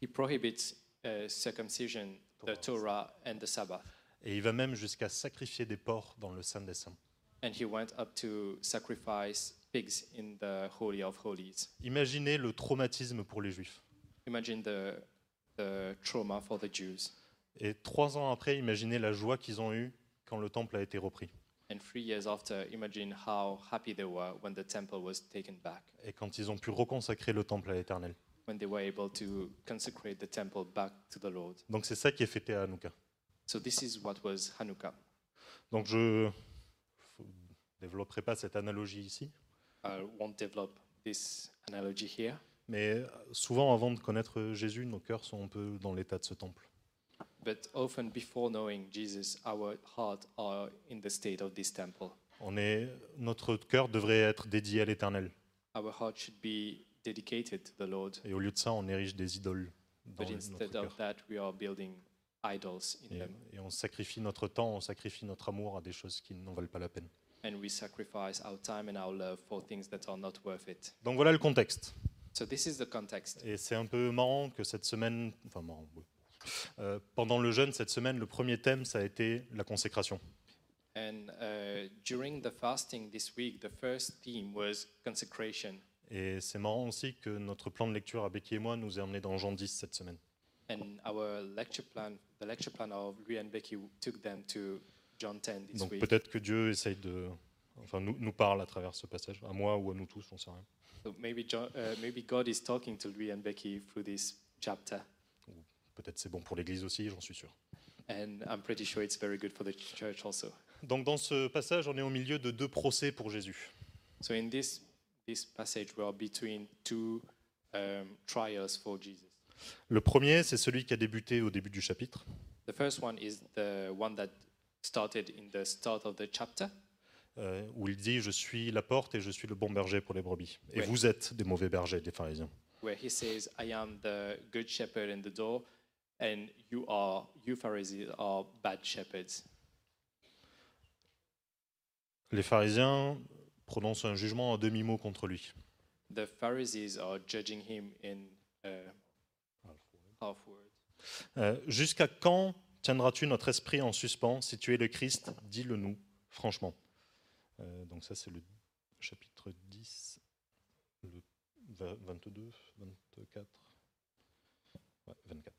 he prohibits uh, circumcision, the Torah, and the Sabbath,
Et il va même jusqu'à sacrifier des porcs dans le Saint des Saints.
and he went up to sacrifice pigs in the holy of holies.
Imaginez le traumatisme pour les Juifs.
Imagine the the trauma for the Jews.
Et trois ans après, imaginez la joie qu'ils ont eue quand le temple a été repris.
And three years after, imagine how happy they were when the temple was taken back,
et quand ils ont pu reconsacrer le temple à l'Éternel.
when they were able to consecrate the temple back to the Lord.
Donc c'est ça qui est fêté à Hanouka.
So this is what was Hanukkah.
Donc je ne développerai pas cette analogie ici,
I won't develop this analogy here,
mais souvent avant de connaître Jésus, nos cœurs sont un peu dans l'état de ce temple.
But often before knowing Jesus, our heart are in the state of this temple.
On est, notre cœur devrait être dédié à l'Éternel,
Our heart should be dedicated to the Lord,
et au lieu de ça, on érige des idoles dans
but
le- notre
instead
cœur.
of that, we are building idols in
Et,
them,
et on sacrifie notre temps, on sacrifie notre amour à des choses qui n'en valent pas la peine.
and we sacrifice our time and our love for things that are not worth it.
Donc voilà le contexte.
So this is the context.
Et c'est un peu marrant que cette semaine, enfin marrant, oui. Euh, pendant le jeûne, cette semaine, le premier thème, ça a été la consécration.
And uh, during the fasting this week, the first theme was consecration.
Et c'est marrant aussi que notre plan de lecture à Becky et moi nous ait emmené dans Jean 10 cette semaine.
And our lecture plan, the lecture plan of Louis and Becky took them to John 10 this
Donc
week.
peut-être que Dieu essaye de, enfin nous, nous parle à travers ce passage, à moi ou à nous tous, on sait rien,
So maybe, John, uh, maybe God is talking to Louis and Becky through this chapter.
Peut-être c'est bon pour l'Église aussi, j'en suis sûr.
And I'm pretty sure it's very good for the ch- church also.
Donc dans ce passage, on est au milieu de deux procès pour Jésus.
So in this, this passage, we are between two um, trials for Jesus.
Le premier, c'est celui qui a débuté au début du chapitre.
The first one is the one that started in the start of the chapter,
euh, où il dit Je suis la porte et je suis le bon berger pour les brebis. Et
Ouais.
vous êtes des mauvais bergers, des pharisiens.
where he says, I am the good shepherd and the door, and you are, you Pharisees are bad shepherds.
Les pharisiens prononcent un jugement à demi-mot contre lui.
The Pharisees are judging him in uh, half word.
Euh, Jusqu'à quand tiendras-tu notre esprit en suspens Si tu es le Christ, dis-le nous, franchement. Euh, donc, ça, c'est le chapitre 10, le vingt- 22, 24. Ouais, 24.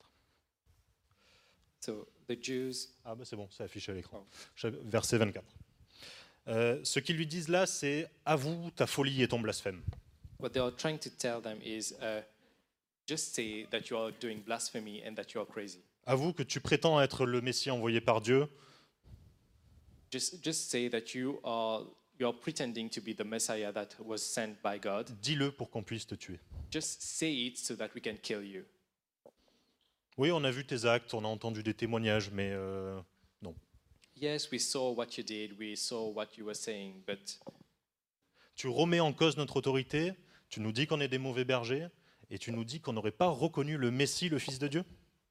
So the Jews,
Ah, bah c'est bon, c'est affiché à l'écran.
Oh.
Cha- Verset 24. Euh, ce qu'ils lui disent là, c'est Avoue ta folie et ton blasphème.
what they are trying to tell them is uh, just say that you are doing blasphemy and that you are crazy.
Avoue que tu prétends être le Messie envoyé par Dieu,
Just, just say that you are, you are pretending to be the Messiah that was sent by God.
dis-le pour qu'on puisse te tuer.
Just say it so that we can kill you.
Oui, on a vu tes actes, on a entendu des témoignages, mais euh,
Yes, we saw what you did, we saw what you were saying, but
tu remets en cause notre autorité, tu nous dis qu'on est des mauvais bergers, et tu nous dis qu'on n'aurait pas reconnu le Messie, le Fils de Dieu.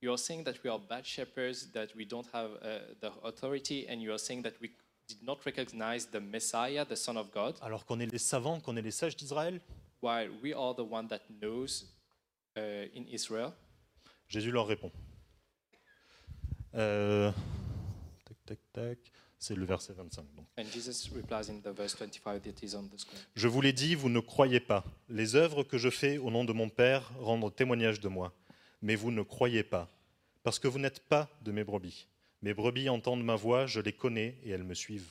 you are saying that we are bad shepherds, that we don't have uh, the authority, and you are saying that we did not recognize the Messiah, the Son of God,
Alors qu'on est les savants, qu'on est les sages d'Israël.
while we are the one that knows uh, in Israel.
Jésus leur répond. Euh, tac, tac, tac. C'est le verset 25. donc.
And Jesus replies in the verse 25 that is on the screen.
Je vous l'ai dit, vous ne croyez pas. Les œuvres que je fais au nom de mon Père rendent témoignage de moi. Mais vous ne croyez pas, parce que vous n'êtes pas de mes brebis. Mes brebis entendent ma voix, je les connais et elles me suivent.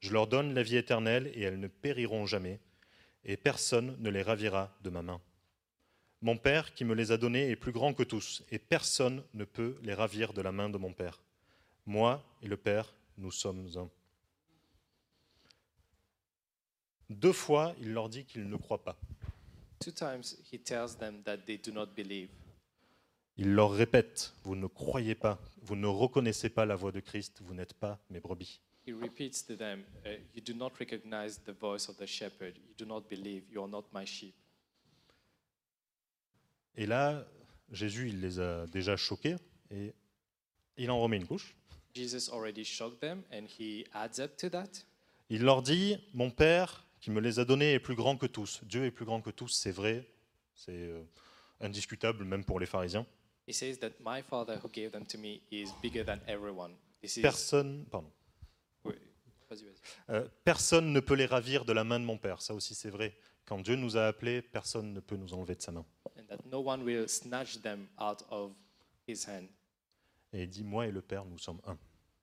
Je leur donne la vie éternelle et elles ne périront jamais, et personne ne les ravira de ma main. Mon Père qui me les a donnés est plus grand que tous, et personne ne peut les ravir de la main de mon Père. Moi et le Père, nous sommes un. Deux fois, il leur dit qu'ils ne croient pas.
Two times he tells them that they do not believe.
Il leur répète, vous ne croyez pas, vous ne reconnaissez pas la voix de Christ, vous n'êtes pas mes brebis.
He repeats to them, uh, You do not recognize the voice of the shepherd. You do not believe. You are not my sheep.
Et là, Jésus, il les a déjà choqués et il en remet une couche.
Jesus already shocked them, and he adds up to that.
Il leur dit, mon Père qui me les a donnés est plus grand que tous. Dieu est plus grand que tous, c'est vrai, c'est euh, indiscutable même pour les pharisiens.
He says that my father who gave them to me is bigger than everyone. This is.
Personne, pardon,
Wait, vas-y, vas-y.
Euh, personne ne peut les ravir de la main de mon Père, ça aussi c'est vrai. Quand Dieu nous a appelés, personne ne peut nous enlever de sa main.
And that no one will snatch them out of his hand,
Et il dit, moi et le Père, nous sommes un,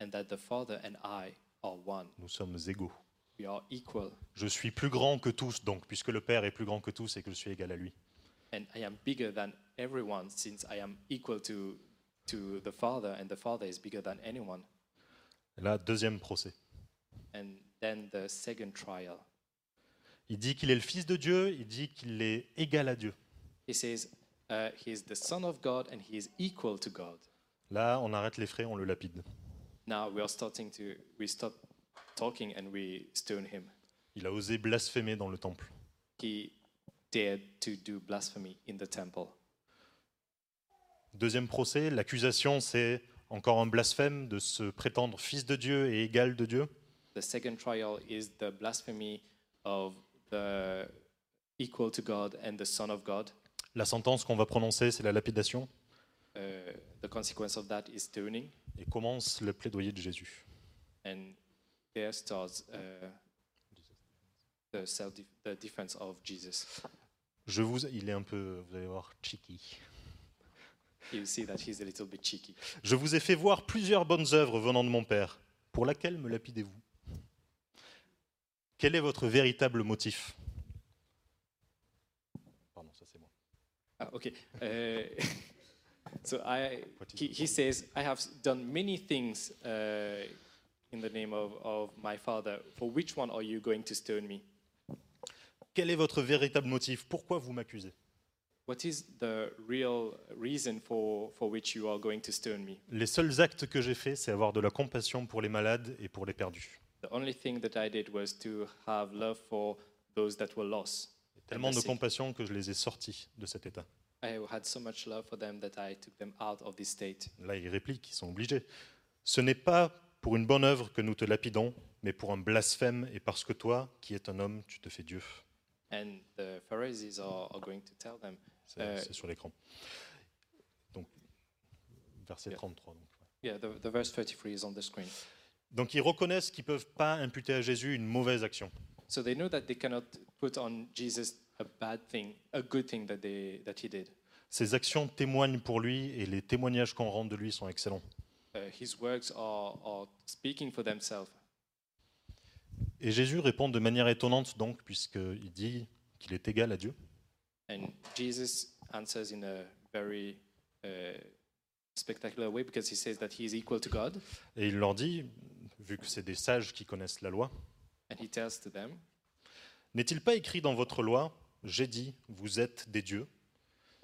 and that the father and I are one.
nous sommes égaux.
We are equal,
Je suis plus grand que tous, donc, puisque le Père est plus grand que tous et que je suis égal à lui.
and I am bigger than everyone, since I am equal to to the father, and the father is bigger than anyone.
Et là, deuxième procès.
And then the second trial.
Il dit qu'il est le Fils de Dieu, il dit qu'il est égal à Dieu.
He says uh, he is the son of God and he is equal to God.
Là, on arrête les frais, on le lapide.
Now we are starting to we stop talking and we stone him.
Il a osé blasphémer dans le temple.
he dared to do blasphemy in the temple.
Deuxième procès, l'accusation, c'est encore un blasphème de se prétendre Fils de Dieu et égal de Dieu.
The second trial is the blasphemy of the equal to God and the Son of God.
La sentence qu'on va prononcer, c'est la lapidation.
Uh, the consequence of that is stoning,
Et commence le plaidoyer de Jésus.
and there starts uh, the, self def- the defense of Jesus.
Je vous, il est un peu, vous allez voir, cheeky.
You see that he's a little bit cheeky.
Je vous ai fait voir plusieurs bonnes œuvres venant de mon Père. Pour laquelle me lapidez-vous Quel est votre véritable motif Pardon, ça c'est moi.
Ah, okay. Uh, so I,
What is
he,
the
he says, I have done many things uh, in the name of, of my Father. For which one are you going to stone me?
Quel est votre véritable motif Pourquoi vous m'accusez
What is the real reason for, for which you are going to stone me?
Les seuls actes que j'ai faits, c'est avoir de la compassion pour les malades et pour les perdus.
The only thing that I did was to have love for those that were lost.
Tellement de
Merci.
compassion que je les ai sortis de cet état.
I had so much love for them that I took them out of this state.
Là, ils répliquent, ils sont obligés. Ce n'est pas pour une bonne œuvre que nous te lapidons, mais pour un blasphème et parce que toi, qui es un homme, tu te fais Dieu.
And the Pharisees are, are going to tell them.
C'est
Euh,
c'est sur l'écran. Donc, verset
Yeah.
33. Donc.
Yeah, the, the verse 33 is on the screen.
Donc, ils reconnaissent qu'ils ne peuvent pas imputer à Jésus une mauvaise action.
So they know that they cannot put on Jesus a bad thing, a good thing that, they, that he did.
Ses actions témoignent pour lui et les témoignages qu'on rend de lui sont excellents.
Uh, his works are, are speaking for themselves.
Et Jésus répond de manière étonnante, donc, puisqu'il dit qu'il est égal à Dieu.
And Jesus answers in a very uh, spectacular way because he says that he is equal to God.
Et il leur dit, vu que c'est des sages qui connaissent la loi,
And he tells to them,
N'est-il pas écrit dans votre loi, j'ai dit, vous êtes des dieux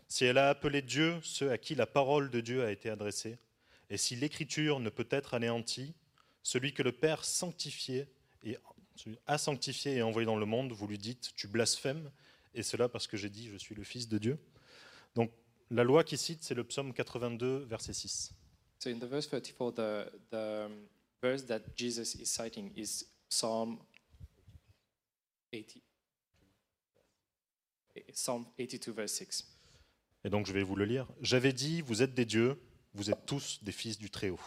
Si elle a appelé Dieu ceux à qui la parole de Dieu a été adressée, et si l'écriture ne peut être anéantie, celui que le Père sanctifié et celui- a sanctifié et envoyé dans le monde, vous lui dites, tu blasphèmes, et cela parce que j'ai dit, je suis le Fils de Dieu. Donc la loi qui cite, c'est le psaume 82, verset 6.
So in the verse 34, the, the um, verse that Jesus is citing is Psalm 80, eh, Psalm 82, verse 6.
Et donc je vais vous le lire. J'avais dit, vous êtes des dieux, vous êtes tous des fils du Très-Haut.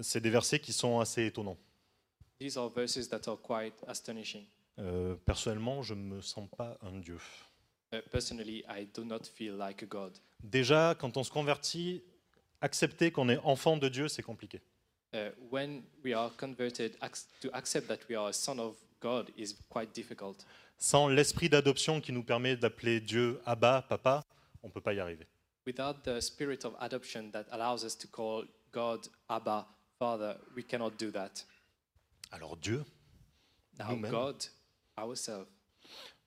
C'est des versets qui sont assez étonnants.
These are verses that are quite astonishing.
Euh, personnellement, je ne me sens pas un dieu.
Uh, personally, I do not feel like a God.
Déjà, quand on se convertit, accepter qu'on est enfant de Dieu, c'est compliqué.
Uh, when we are converted, ac- to accept that we are a son of God is quite difficult.
Sans l'esprit d'adoption qui nous permet d'appeler Dieu Abba, Papa, on ne peut pas y arriver.
Without the spirit of adoption that allows us to call God Abba, Father, we cannot do that.
Alors Dieu
Now,
Nous-mêmes.
God, ourselves.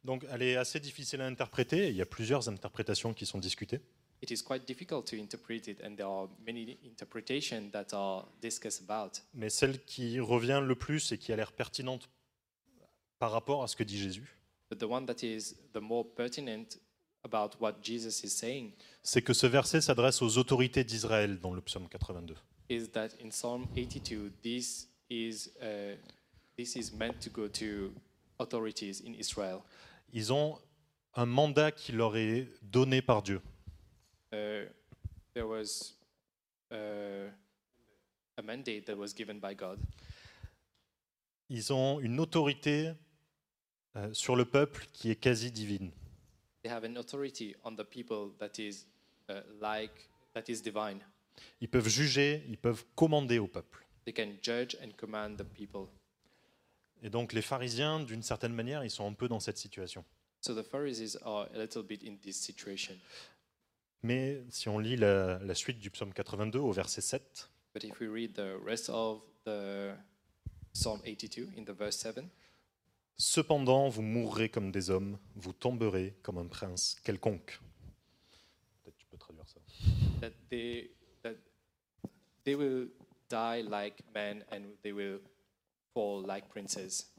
Donc elle est assez difficile à interpréter, et il y a plusieurs interprétations qui sont discutées.
it is quite difficult to interpret it, and there are many interpretations that are discussed about.
Mais celle qui revient le plus et qui a l'air pertinente par rapport à ce que dit Jésus,
But the one that is the more pertinent about what Jesus is saying
c'est que ce verset s'adresse aux autorités d'Israël dans le psaume 82.
is that in Psalm 82, this is uh, this is meant to go to authorities in Israel.
Ils ont un mandat qui leur est donné par Dieu.
Uh, there was uh, a mandate that was given by God.
ils ont une autorité euh, sur le peuple qui est quasi divine.
They have an authority on the people that is uh, like that is divine.
Ils peuvent juger, ils peuvent commander au peuple.
They can judge and command the people.
Et donc les pharisiens, d'une certaine manière, ils sont un peu dans cette situation.
So the Pharisees are a little bit in this situation.
Mais si on lit la, la suite du psaume 82 au verset 7,
But if we read the rest of the Psalm 82 in the verse 7,
Cependant, vous mourrez comme des hommes, vous tomberez comme un prince quelconque. Peut-être tu peux traduire ça.
that they that they will die like men and they will fall like princes.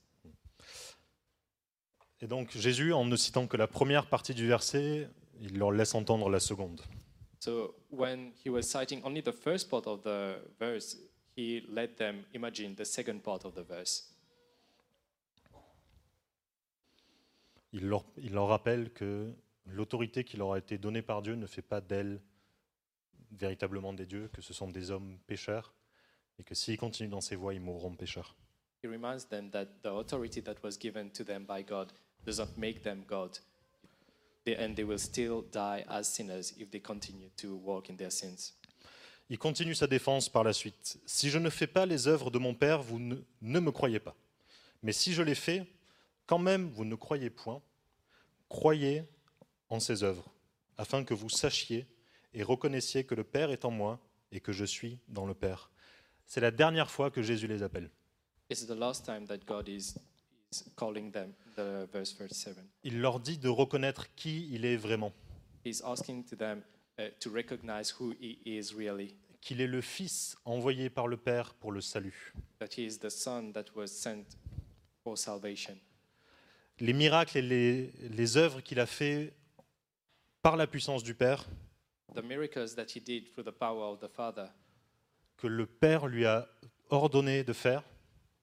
Et donc Jésus, en ne citant que la première partie du verset, il leur laisse entendre la seconde.
So when he was citing only the first part of the verse, he let them imagine the second part of the verse.
Il leur, il leur rappelle que L'autorité qui leur a été donnée par Dieu ne fait pas d'elles véritablement des dieux, que ce sont des hommes pécheurs, et que s'ils continuent dans ces voies, ils mourront pécheurs.
He reminds them that the authority that was given to them by God does not make them God. They, and they will still die as sinners if they continue to walk in their sins.
Il continue sa défense par la suite. Si je ne fais pas les œuvres de mon Père, vous ne, ne me croyez pas. Mais si je les fais, quand même, vous ne croyez point. Croyez en ses œuvres, afin que vous sachiez et reconnaissiez que le Père est en moi et que je suis dans le Père. C'est la dernière fois que Jésus les appelle.
This is the last time that God is, is calling them, the verse 37.
Il leur dit de reconnaître qui il est vraiment,
He's asking to them uh, to recognize who He is really,
qu'il est le Fils envoyé par le Père pour le salut.
that He is the Son that was sent for salvation.
Les miracles et les, les œuvres qu'il a fait par la puissance du Père,
The miracles that He did through the power of the Father,
que le Père lui a ordonné de faire,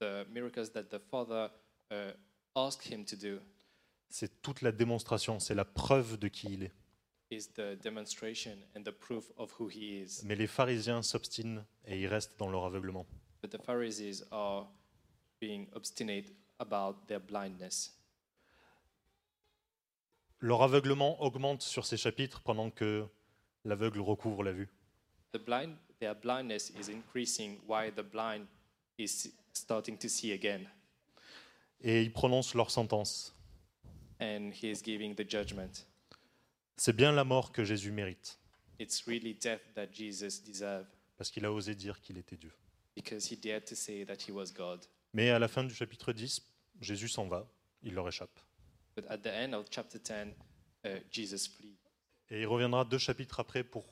the miracles that the Father uh, asked Him to do,
c'est toute la démonstration, c'est la preuve de qui il est.
is the demonstration and the proof of who He is.
Mais les pharisiens s'obstinent et ils restent dans leur aveuglement.
But the Pharisees are being obstinate about their blindness.
Leur aveuglement augmente sur ces chapitres pendant que l'aveugle recouvre la vue.
the blind their blindness is increasing while the blind is starting to see again
Et ils prononcent leur sentence.
and he is giving the judgment
C'est bien la mort que Jésus mérite,
it's really death that jesus deserved
parce qu'il a osé dire qu'il était Dieu.
because he dared to say that he was god
Mais à la fin du chapitre 10, Jésus s'en va, il leur échappe.
but at the end of chapter 10 uh, jesus flee
Et il reviendra deux chapitres après pour...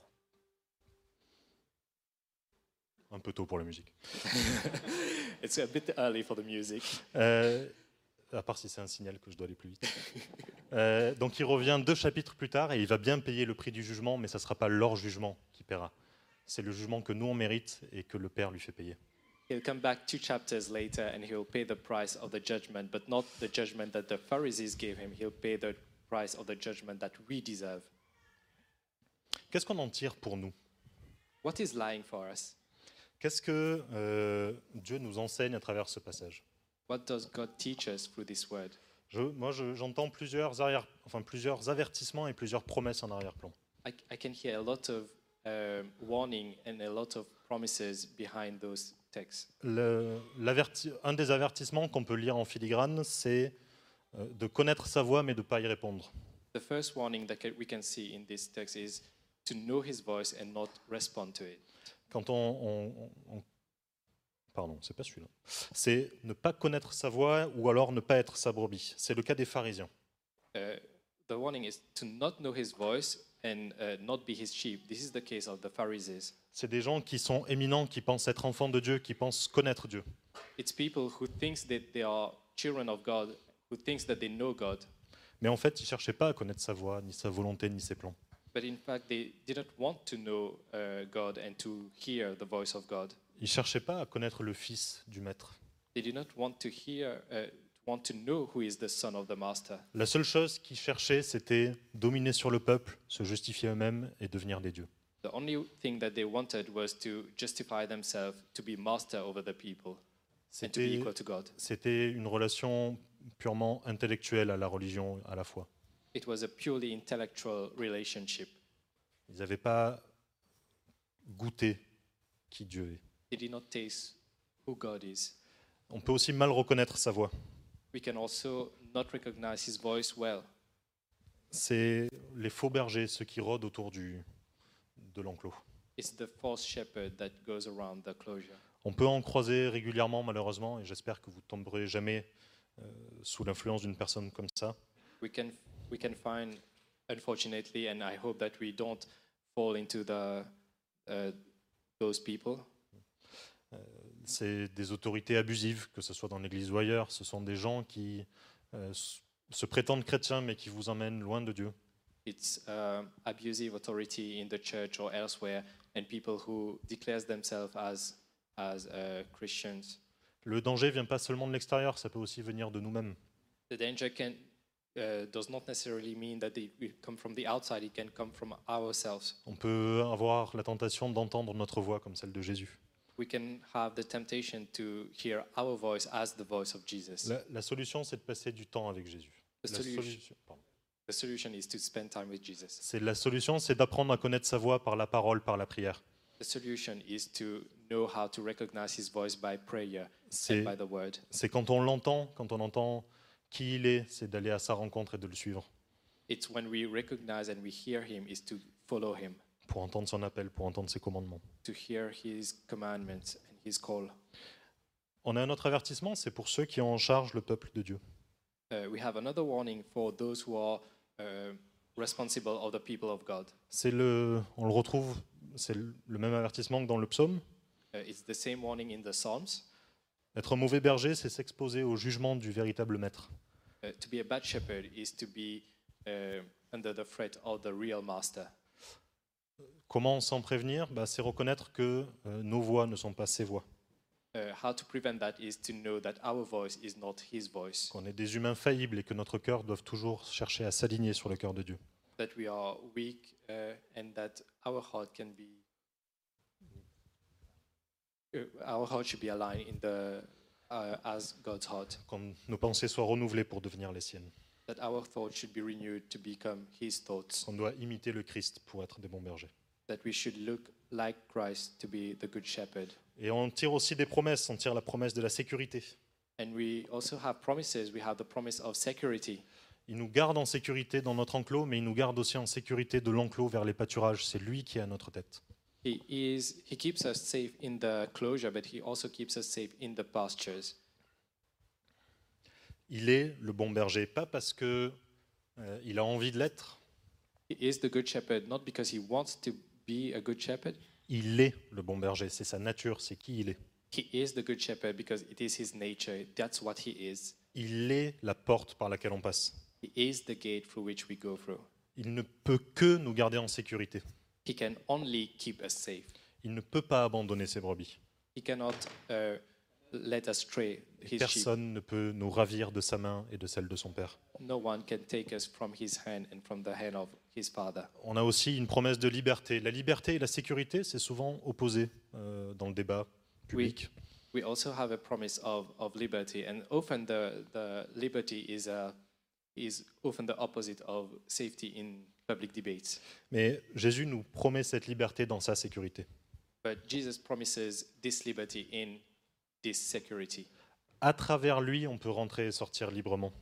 Un peu tôt pour la musique.
it's a bit early for the music
Euh, à part si c'est un signal que je dois aller plus vite. Euh, donc il revient deux chapitres plus tard et il va bien payer le prix du jugement, mais ça ne sera pas leur jugement qui paiera. C'est le jugement que nous on mérite et que le Père lui fait payer.
he'll come back two chapters later and he'll pay the price of the judgment but not the judgment that the pharisees gave him he'll pay the price of the judgment that we deserve
Qu'est-ce qu'on en tire pour nous
what is lying for us
Qu'est-ce que euh, Dieu nous enseigne à travers ce passage
what does god teach us through this word
Je- Moi je- j'entends plusieurs, arrière- enfin, plusieurs avertissements et plusieurs promesses en arrière-plan.
I, I can hear a lot of um, warning and a lot of promises behind those texts.
Le- l'averti- un des avertissements qu'on peut lire en filigrane, c'est euh, de connaître sa voix mais de ne pas y répondre.
The first warning that ca- we can see in this text is to know his voice and not respond to it.
quand on, on- on- on- pardon, c'est pas celui-là. C'est ne pas connaître sa voix ou alors ne pas être sa brebis. C'est le cas des pharisiens.
Uh, the warning is to not know his voice and uh, not be his sheep. This is the case of the Pharisees.
C'est des gens qui sont éminents, qui pensent être enfants de Dieu, qui pensent connaître Dieu.
It's people who thinks that they are children of God, who thinks that they know God,
Mais en fait, ils cherchaient pas à connaître sa voix, ni sa volonté, ni ses plans.
but in fact they didn't want to know uh, God and to hear the voice of God.
Ils cherchaient pas à connaître le Fils du Maître.
They do not want to hear, uh, want to know who is the son of the master.
La seule chose qu'ils cherchaient, c'était dominer sur le peuple, se justifier eux-mêmes et devenir des dieux.
The only thing that they wanted was to justify themselves to be master over the people and to be
C'était
equal to God.
c'était une relation purement intellectuelle à la religion, à la foi.
It was a purely intellectual relationship.
Ils n'avaient pas goûté qui Dieu est.
They did not taste who God is.
On peut aussi mal reconnaître sa voix.
We can also not recognize his voice well.
C'est les faux bergers, ceux qui rôdent autour du, de l'enclos.
It's the false shepherd that goes around the closure.
On peut en croiser régulièrement, malheureusement, et j'espère que vous ne tomberez jamais euh, sous l'influence d'une personne comme ça.
We can, we can find, unfortunately, and I hope that we don't fall into the, uh, those people.
C'est des autorités abusives, que ce soit dans l'Église ou ailleurs. Ce sont des gens qui euh, s- se prétendent chrétiens, mais qui vous emmènent loin de Dieu.
it's um, abusive authority in the church or elsewhere, and people who declares themselves as as uh, Christians.
Le danger vient pas seulement de l'extérieur, ça peut aussi venir de nous-mêmes.
The danger can uh, does not necessarily mean that they will come from the outside, it can come from ourselves.
On peut avoir la tentation d'entendre notre voix comme celle de Jésus.
We can have the temptation to hear our voice as the voice of Jesus.
La, la solution, c'est de passer du temps avec Jésus.
The
La
solution-
solution- pardon.
The solution is to spend time with Jesus.
C'est la solution, c'est d'apprendre à connaître sa voix par la parole, par la prière.
The solution is to know how to recognize his voice by prayer
C'est
and by the word.
c'est quand on l'entend, quand on entend qui il est, c'est d'aller à sa rencontre et de le suivre
It's when we recognize and we hear him is to follow him,
pour entendre son appel, pour entendre ses commandements.
to hear his commandments and his call.
On a un autre avertissement, c'est pour ceux qui ont en charge le peuple de Dieu.
Uh, we have another warning for those who are uh, responsible of the people of God.
C'est le, on le retrouve, c'est le le même avertissement que dans le psaume.
Uh, it's the same warning in the Psalms.
Être un mauvais berger, c'est s'exposer au jugement du véritable maître.
Uh, to be a bad shepherd is to be uh, under the threat of the real master.
Comment s'en prévenir Bah, C'est reconnaître que euh, nos voix ne sont pas ses voix,
Uh, how to prevent that is to know that our voice is not his voice,
qu'on est des humains faillibles et que notre cœur doit toujours chercher à s'aligner sur le cœur de Dieu.
that we are weak, uh, and that our heart can be. Uh, our heart should be aligned in the uh, as God's heart.
Quand nos pensées soient renouvelées pour devenir les siennes.
That our thoughts should be renewed to become His thoughts.
On doit imiter le Christ pour être des bons bergers.
That we should look like Christ to be the Good Shepherd.
Et on tire aussi des promesses, on tire la promesse de la sécurité.
And we also have promises. We have the promise of security.
Il nous garde en sécurité dans notre enclos, mais il nous garde aussi en sécurité de l'enclos vers les pâturages. C'est lui qui est à notre tête.
He is. He keeps us safe in the closure, but He also keeps us safe in the pastures.
Il est le bon berger, pas parce que euh, il a envie de l'être,
He is the Good Shepherd, not because He wants to be a Good Shepherd.
il est le bon berger, c'est sa nature, c'est qui il est.
He is the Good Shepherd because it is His nature. That's what He is.
Il est la porte par laquelle on passe.
He is the gate through which we go through.
Il ne peut que nous garder en sécurité.
He can only keep us safe.
Il ne peut pas abandonner ses brebis.
He cannot uh, let us stray. His sheep.
Personne ne peut nous ravir de sa main et de celle de son Père.
No one can take us from his hand and from the hand of his father.
On a aussi une promesse de liberté. La liberté et la sécurité, c'est souvent opposé euh, dans le débat public.
We also have a promise of, of liberty, and often the, the liberty is, a, is often the opposite of safety in public debates.
Mais Jésus nous promet cette liberté dans sa sécurité.
But Jesus promises this liberty in this security.
À travers lui, on peut rentrer et sortir librement.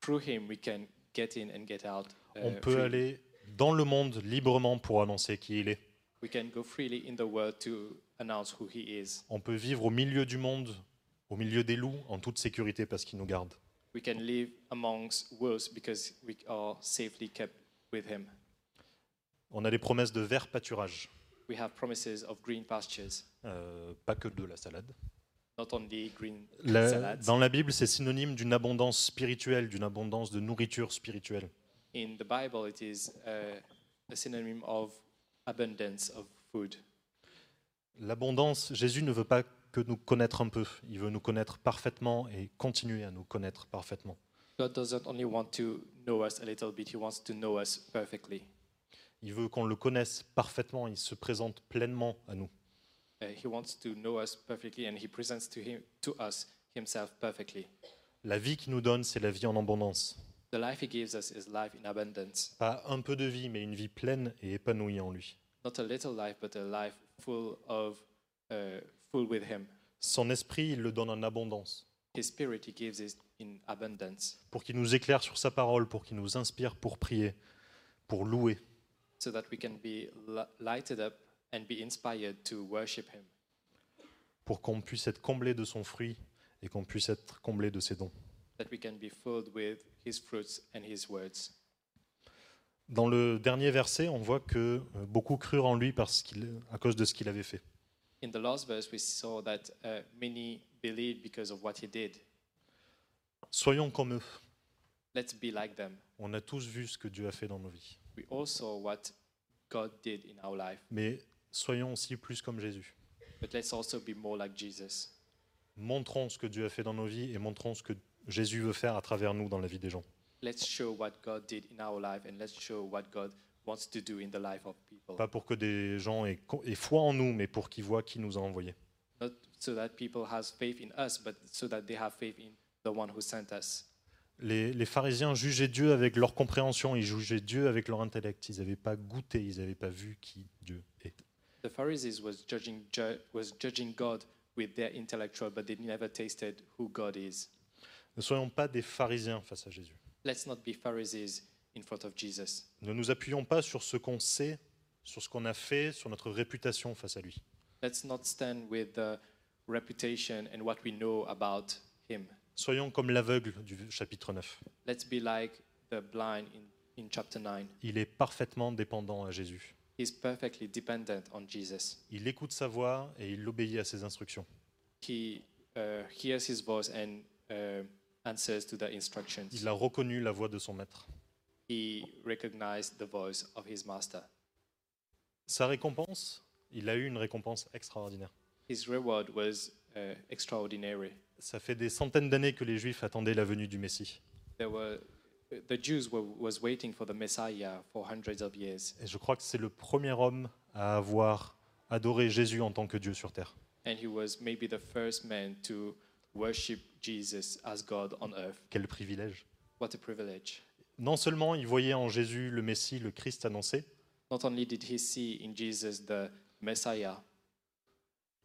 Through him, we can get in and get out. uh,
On peut
freely.
aller dans le monde librement pour annoncer qui il est.
We can go freely in the world to announce who he is.
On peut vivre au milieu du monde, au milieu des loups, en toute sécurité parce qu'ils nous gardent.
We can live amongst wolves because we are safely kept with him.
On a des promesses de vert pâturage,
We have promises of green pastures.
euh, pas que de la salade.
not only green
La-
salads.
dans la Bible, c'est synonyme d'une abondance spirituelle, d'une abondance de nourriture spirituelle.
In the Bible, it is uh, a synonym of abundance of food.
L'abondance, Jésus ne veut pas que nous connaître un peu, il veut nous connaître parfaitement et continuer à nous connaître parfaitement.
God doesn't only want to know us a little bit, He wants to know us perfectly.
Il veut qu'on le connaisse parfaitement, il se présente pleinement à nous.
Uh, he wants to know us perfectly and He presents to, him, to us Himself perfectly.
La vie qu'il nous donne, c'est la vie en abondance.
The life He gives us is life in abundance.
Pas un peu de vie, mais une vie pleine et épanouie en lui.
Not a little life, but a life full of, uh, full with Him.
Son esprit, il le donne en abondance.
His spirit He gives is in abundance
pour qu'il nous éclaire sur sa parole, pour qu'il nous inspire pour prier, pour louer.
so that we can be li- lighted up and be inspired to worship Him.
pour qu'on puisse être comblé de son fruit et qu'on puisse être comblé de ses dons.
that we can be filled with his fruits and his words.
Dans le dernier verset, on voit que euh, beaucoup crurent en lui parce qu'il, à cause de ce qu'il avait fait.
In the last verse, we saw that uh, many believed because of what he did.
Soyons comme eux.
Let's be like them.
On a tous vu ce que Dieu a fait dans nos vies.
We all saw what God did in our life,
Mais soyons aussi plus comme Jésus.
but let's also be more like Jesus.
Montrons ce que Dieu a fait dans nos vies et montrons ce que Jésus veut faire à travers nous dans la vie des gens.
let's show what God did in our life and let's show what God wants to do in the life of people.
Pas pour que des gens aient, co- aient foi en nous, mais pour qu'ils voient qui nous a envoyés.
Not so that people has faith in us, but so that they have faith in the one who sent us.
Les, les pharisiens jugeaient Dieu avec leur compréhension, ils jugeaient Dieu avec leur intellect. Ils n'avaient pas goûté, ils n'avaient pas vu qui Dieu est.
The Pharisees was judging ju- was judging God with their intellectual, but they never tasted who God is.
Ne soyons pas des pharisiens face à Jésus.
Let's not be Pharisees in front of Jesus.
Ne nous appuyons pas sur ce qu'on sait, sur ce qu'on a fait, sur notre réputation face à lui.
Let's not stand with the reputation and what we know about Him.
Soyons comme l'aveugle du chapitre 9.
Let's be like the blind in, in chapter 9.
Il est parfaitement dépendant à Jésus.
He's perfectly dependent on Jesus.
Il écoute sa voix et il obéit à ses instructions.
He uh, hears His voice and uh, answers to the instructions.
Il a reconnu la voix de son maître.
he recognized the voice of his master.
Sa récompense, il a eu une récompense extraordinaire.
His reward was uh, extraordinary.
Ça fait des centaines d'années que les Juifs attendaient la venue du Messie.
There were the Jews were was waiting for the Messiah for hundreds of years,
Et je crois que c'est le premier homme à avoir adoré Jésus en tant que Dieu sur terre.
and he was maybe the first man to worship Jesus as God on earth.
Quel privilège.
What a privilege!
Non seulement il voyait en Jésus le Messie, le Christ annoncé,
Not only did he see in Jesus the Messiah,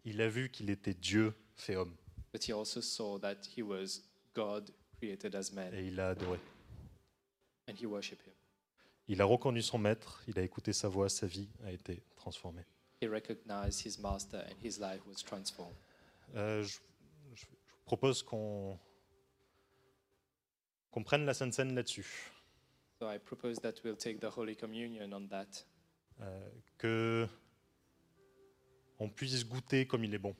il a vu qu'il était Dieu fait homme.
but he also saw that he was God created as man,
Et il a adoré.
and he worshipped him.
Il a reconnu son maître, il a écouté sa voix, sa vie a été transformée.
He recognized his master, and his life was transformed.
Euh, je, je- je vous propose qu'on qu'on prenne la Sainte Seine là-dessus.
So I propose that we'll take the Holy Communion on that,
Euh, que on puisse goûter comme il est bon,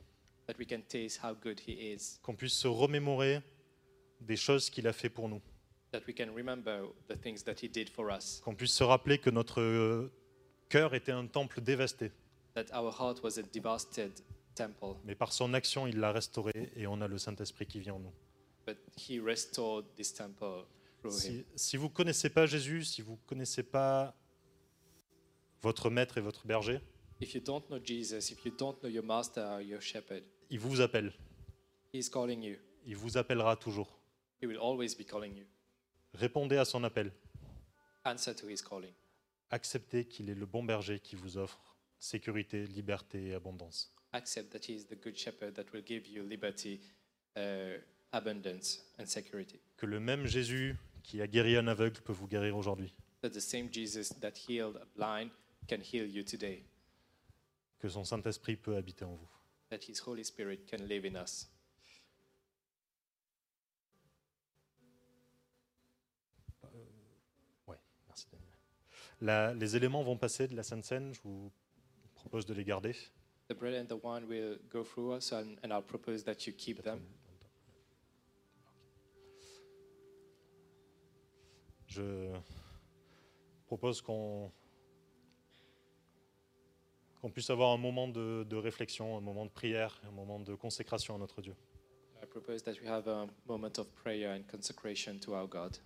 that we can taste how good He is,
qu'on puisse se remémorer des choses qu'il a fait pour nous,
that we can remember the things that He did for us,
qu'on puisse se rappeler que notre euh, cœur était un temple dévasté,
that our heart was a devastated temple,
mais par son action, il l'a restauré et on a le Saint-Esprit qui vient en nous.
but He restored this temple through Him.
Si, si vous ne connaissez pas Jésus, si vous ne connaissez pas votre maître et votre berger,
If you don't know Jesus, if you don't know your Master or your Shepherd,
il vous appelle.
He's calling you.
Il vous appellera toujours.
He will always be calling you.
Répondez à son appel.
Answer to His calling.
Acceptez qu'il est le bon berger qui vous offre sécurité, liberté et abondance.
Accept that He is the Good Shepherd that will give you liberty, uh, abundance, and security.
Que le même Jésus qui a guéri un aveugle peut vous guérir aujourd'hui.
That the same Jesus that healed a blind can heal you today.
Que son Saint-Esprit peut habiter en vous.
that His Holy Spirit can live in us.
Merci. Daniel. La- les éléments vont passer de la Sainte Seine. Je vous propose de les garder.
The bread and the wine will go through us, and, and I'll propose that you keep them.
Je propose qu'on qu'on puisse avoir un moment de, de réflexion, un moment de prière, un moment de consécration à notre Dieu.
I propose that we have a moment of prayer and consecration to our God.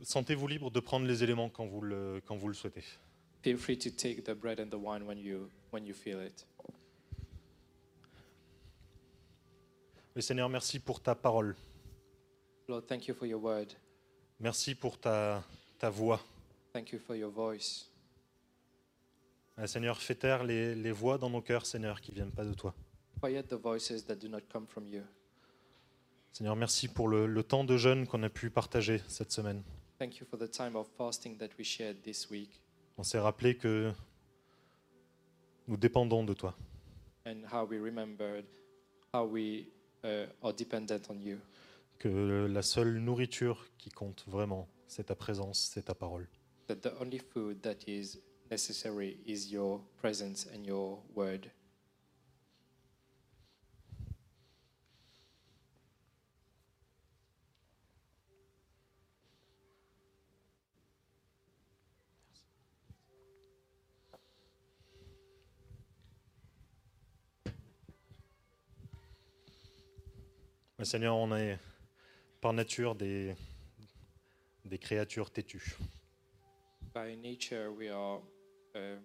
Sentez-vous libre de prendre les éléments quand vous le, quand vous le souhaitez.
Feel free to take the bread and the wine when you when you feel it.
Mais Seigneur, merci pour ta parole.
Lord, thank you for your word.
Merci pour ta, ta voix.
Thank you for your voice.
Ah, Seigneur, fais taire les, les voix dans nos cœurs, Seigneur, qui viennent pas de toi.
Quiet the voices that do not come from you.
Seigneur, merci pour le, le temps de jeûne qu'on a pu partager cette semaine.
Thank you for the time of fasting that we shared this week
On s'est rappelé que nous dépendons de toi.
and how we remembered how we uh, are dependent on you.
que la seule nourriture qui compte vraiment, c'est ta présence, c'est ta parole.
that the only food that is necessary is your presence and your word.
Ouais, Mais Seigneur, on est par nature des, des créatures têtues.
By nature, we are uh,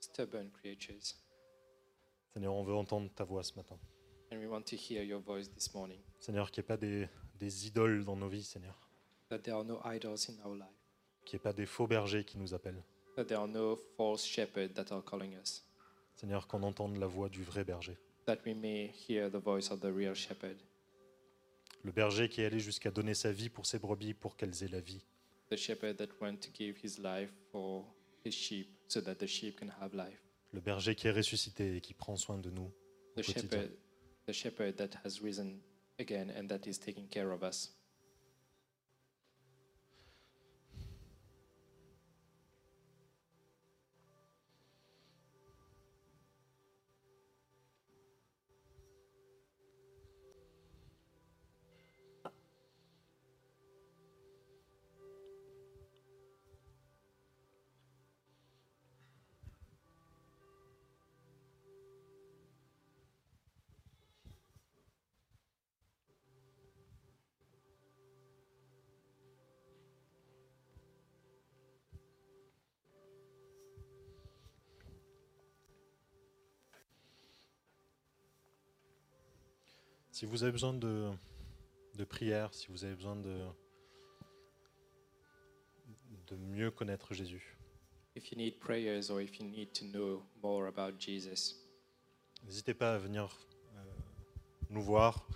stubborn creatures,
Seigneur, on veut entendre ta voix ce matin.
and we want to hear your voice this morning.
Seigneur, qu'il n'y ait pas des, des idoles dans nos vies, Seigneur.
That there are no idols in our life,
Qu'il n'y ait pas des faux bergers qui nous appellent.
that there are no false shepherds that are calling us,
Seigneur, qu'on entende la voix du vrai berger.
that we may hear the voice of the real shepherd,
Le berger qui est allé jusqu'à donner sa vie pour ses brebis pour qu'elles aient la vie.
the shepherd that went to give his life for his sheep so that the sheep can have life,
Le berger qui est ressuscité et qui prend soin de nous.
the
Petit Dieu.
shepherd, the shepherd that has risen again and that is taking care of us.
Si vous avez besoin de, de prière, si vous avez besoin de, de mieux connaître Jésus,
If you need prayers or if you need to know more about Jesus,
n'hésitez pas à venir euh, nous voir.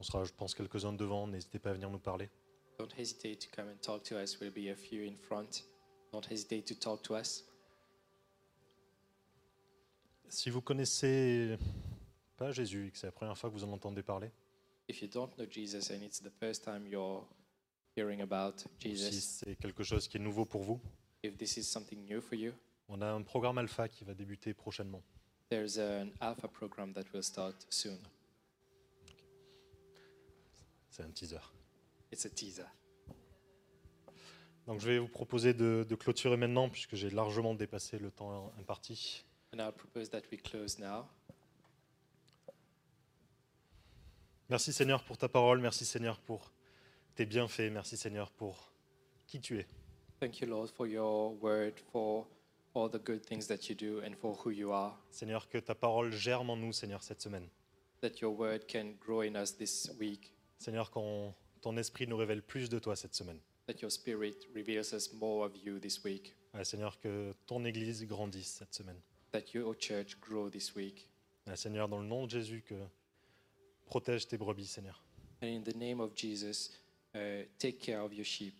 On sera, je pense, quelques-uns devant. N'hésitez pas à venir nous parler.
Don't hesitate to come and talk to us. We'll be a few in front. Don't hesitate to talk to us.
Si vous connaissez pas Jésus et que c'est la première fois que vous en entendez parler,
If you don't know Jesus and it's the first time you're hearing about
ou si
Jesus,
c'est quelque chose qui est nouveau pour vous,
if this is something new for you,
on a un programme alpha qui va débuter prochainement.
there's an alpha program that will start soon.
C'est un teaser.
It's a teaser.
Donc je vais vous proposer de, de clôturer maintenant, puisque j'ai largement dépassé le temps imparti.
And I propose that we close now.
Merci Seigneur pour ta parole, merci Seigneur pour tes bienfaits, merci Seigneur pour qui tu es.
Thank you, Lord, for your word, for all the good things that you do, and for who you are.
Seigneur, que ta parole germe en nous, Seigneur, cette semaine.
That your word can grow in us this week,
Seigneur, quand ton esprit nous révèle plus de toi cette semaine.
that your spirit reveals us more of you this week,
Ouais, Seigneur, que ton Église grandisse cette semaine.
that your church grow this week.
Ouais, Seigneur, dans le nom de Jésus, que protège tes brebis, Seigneur.
And in the name of Jesus, uh, take care of your sheep.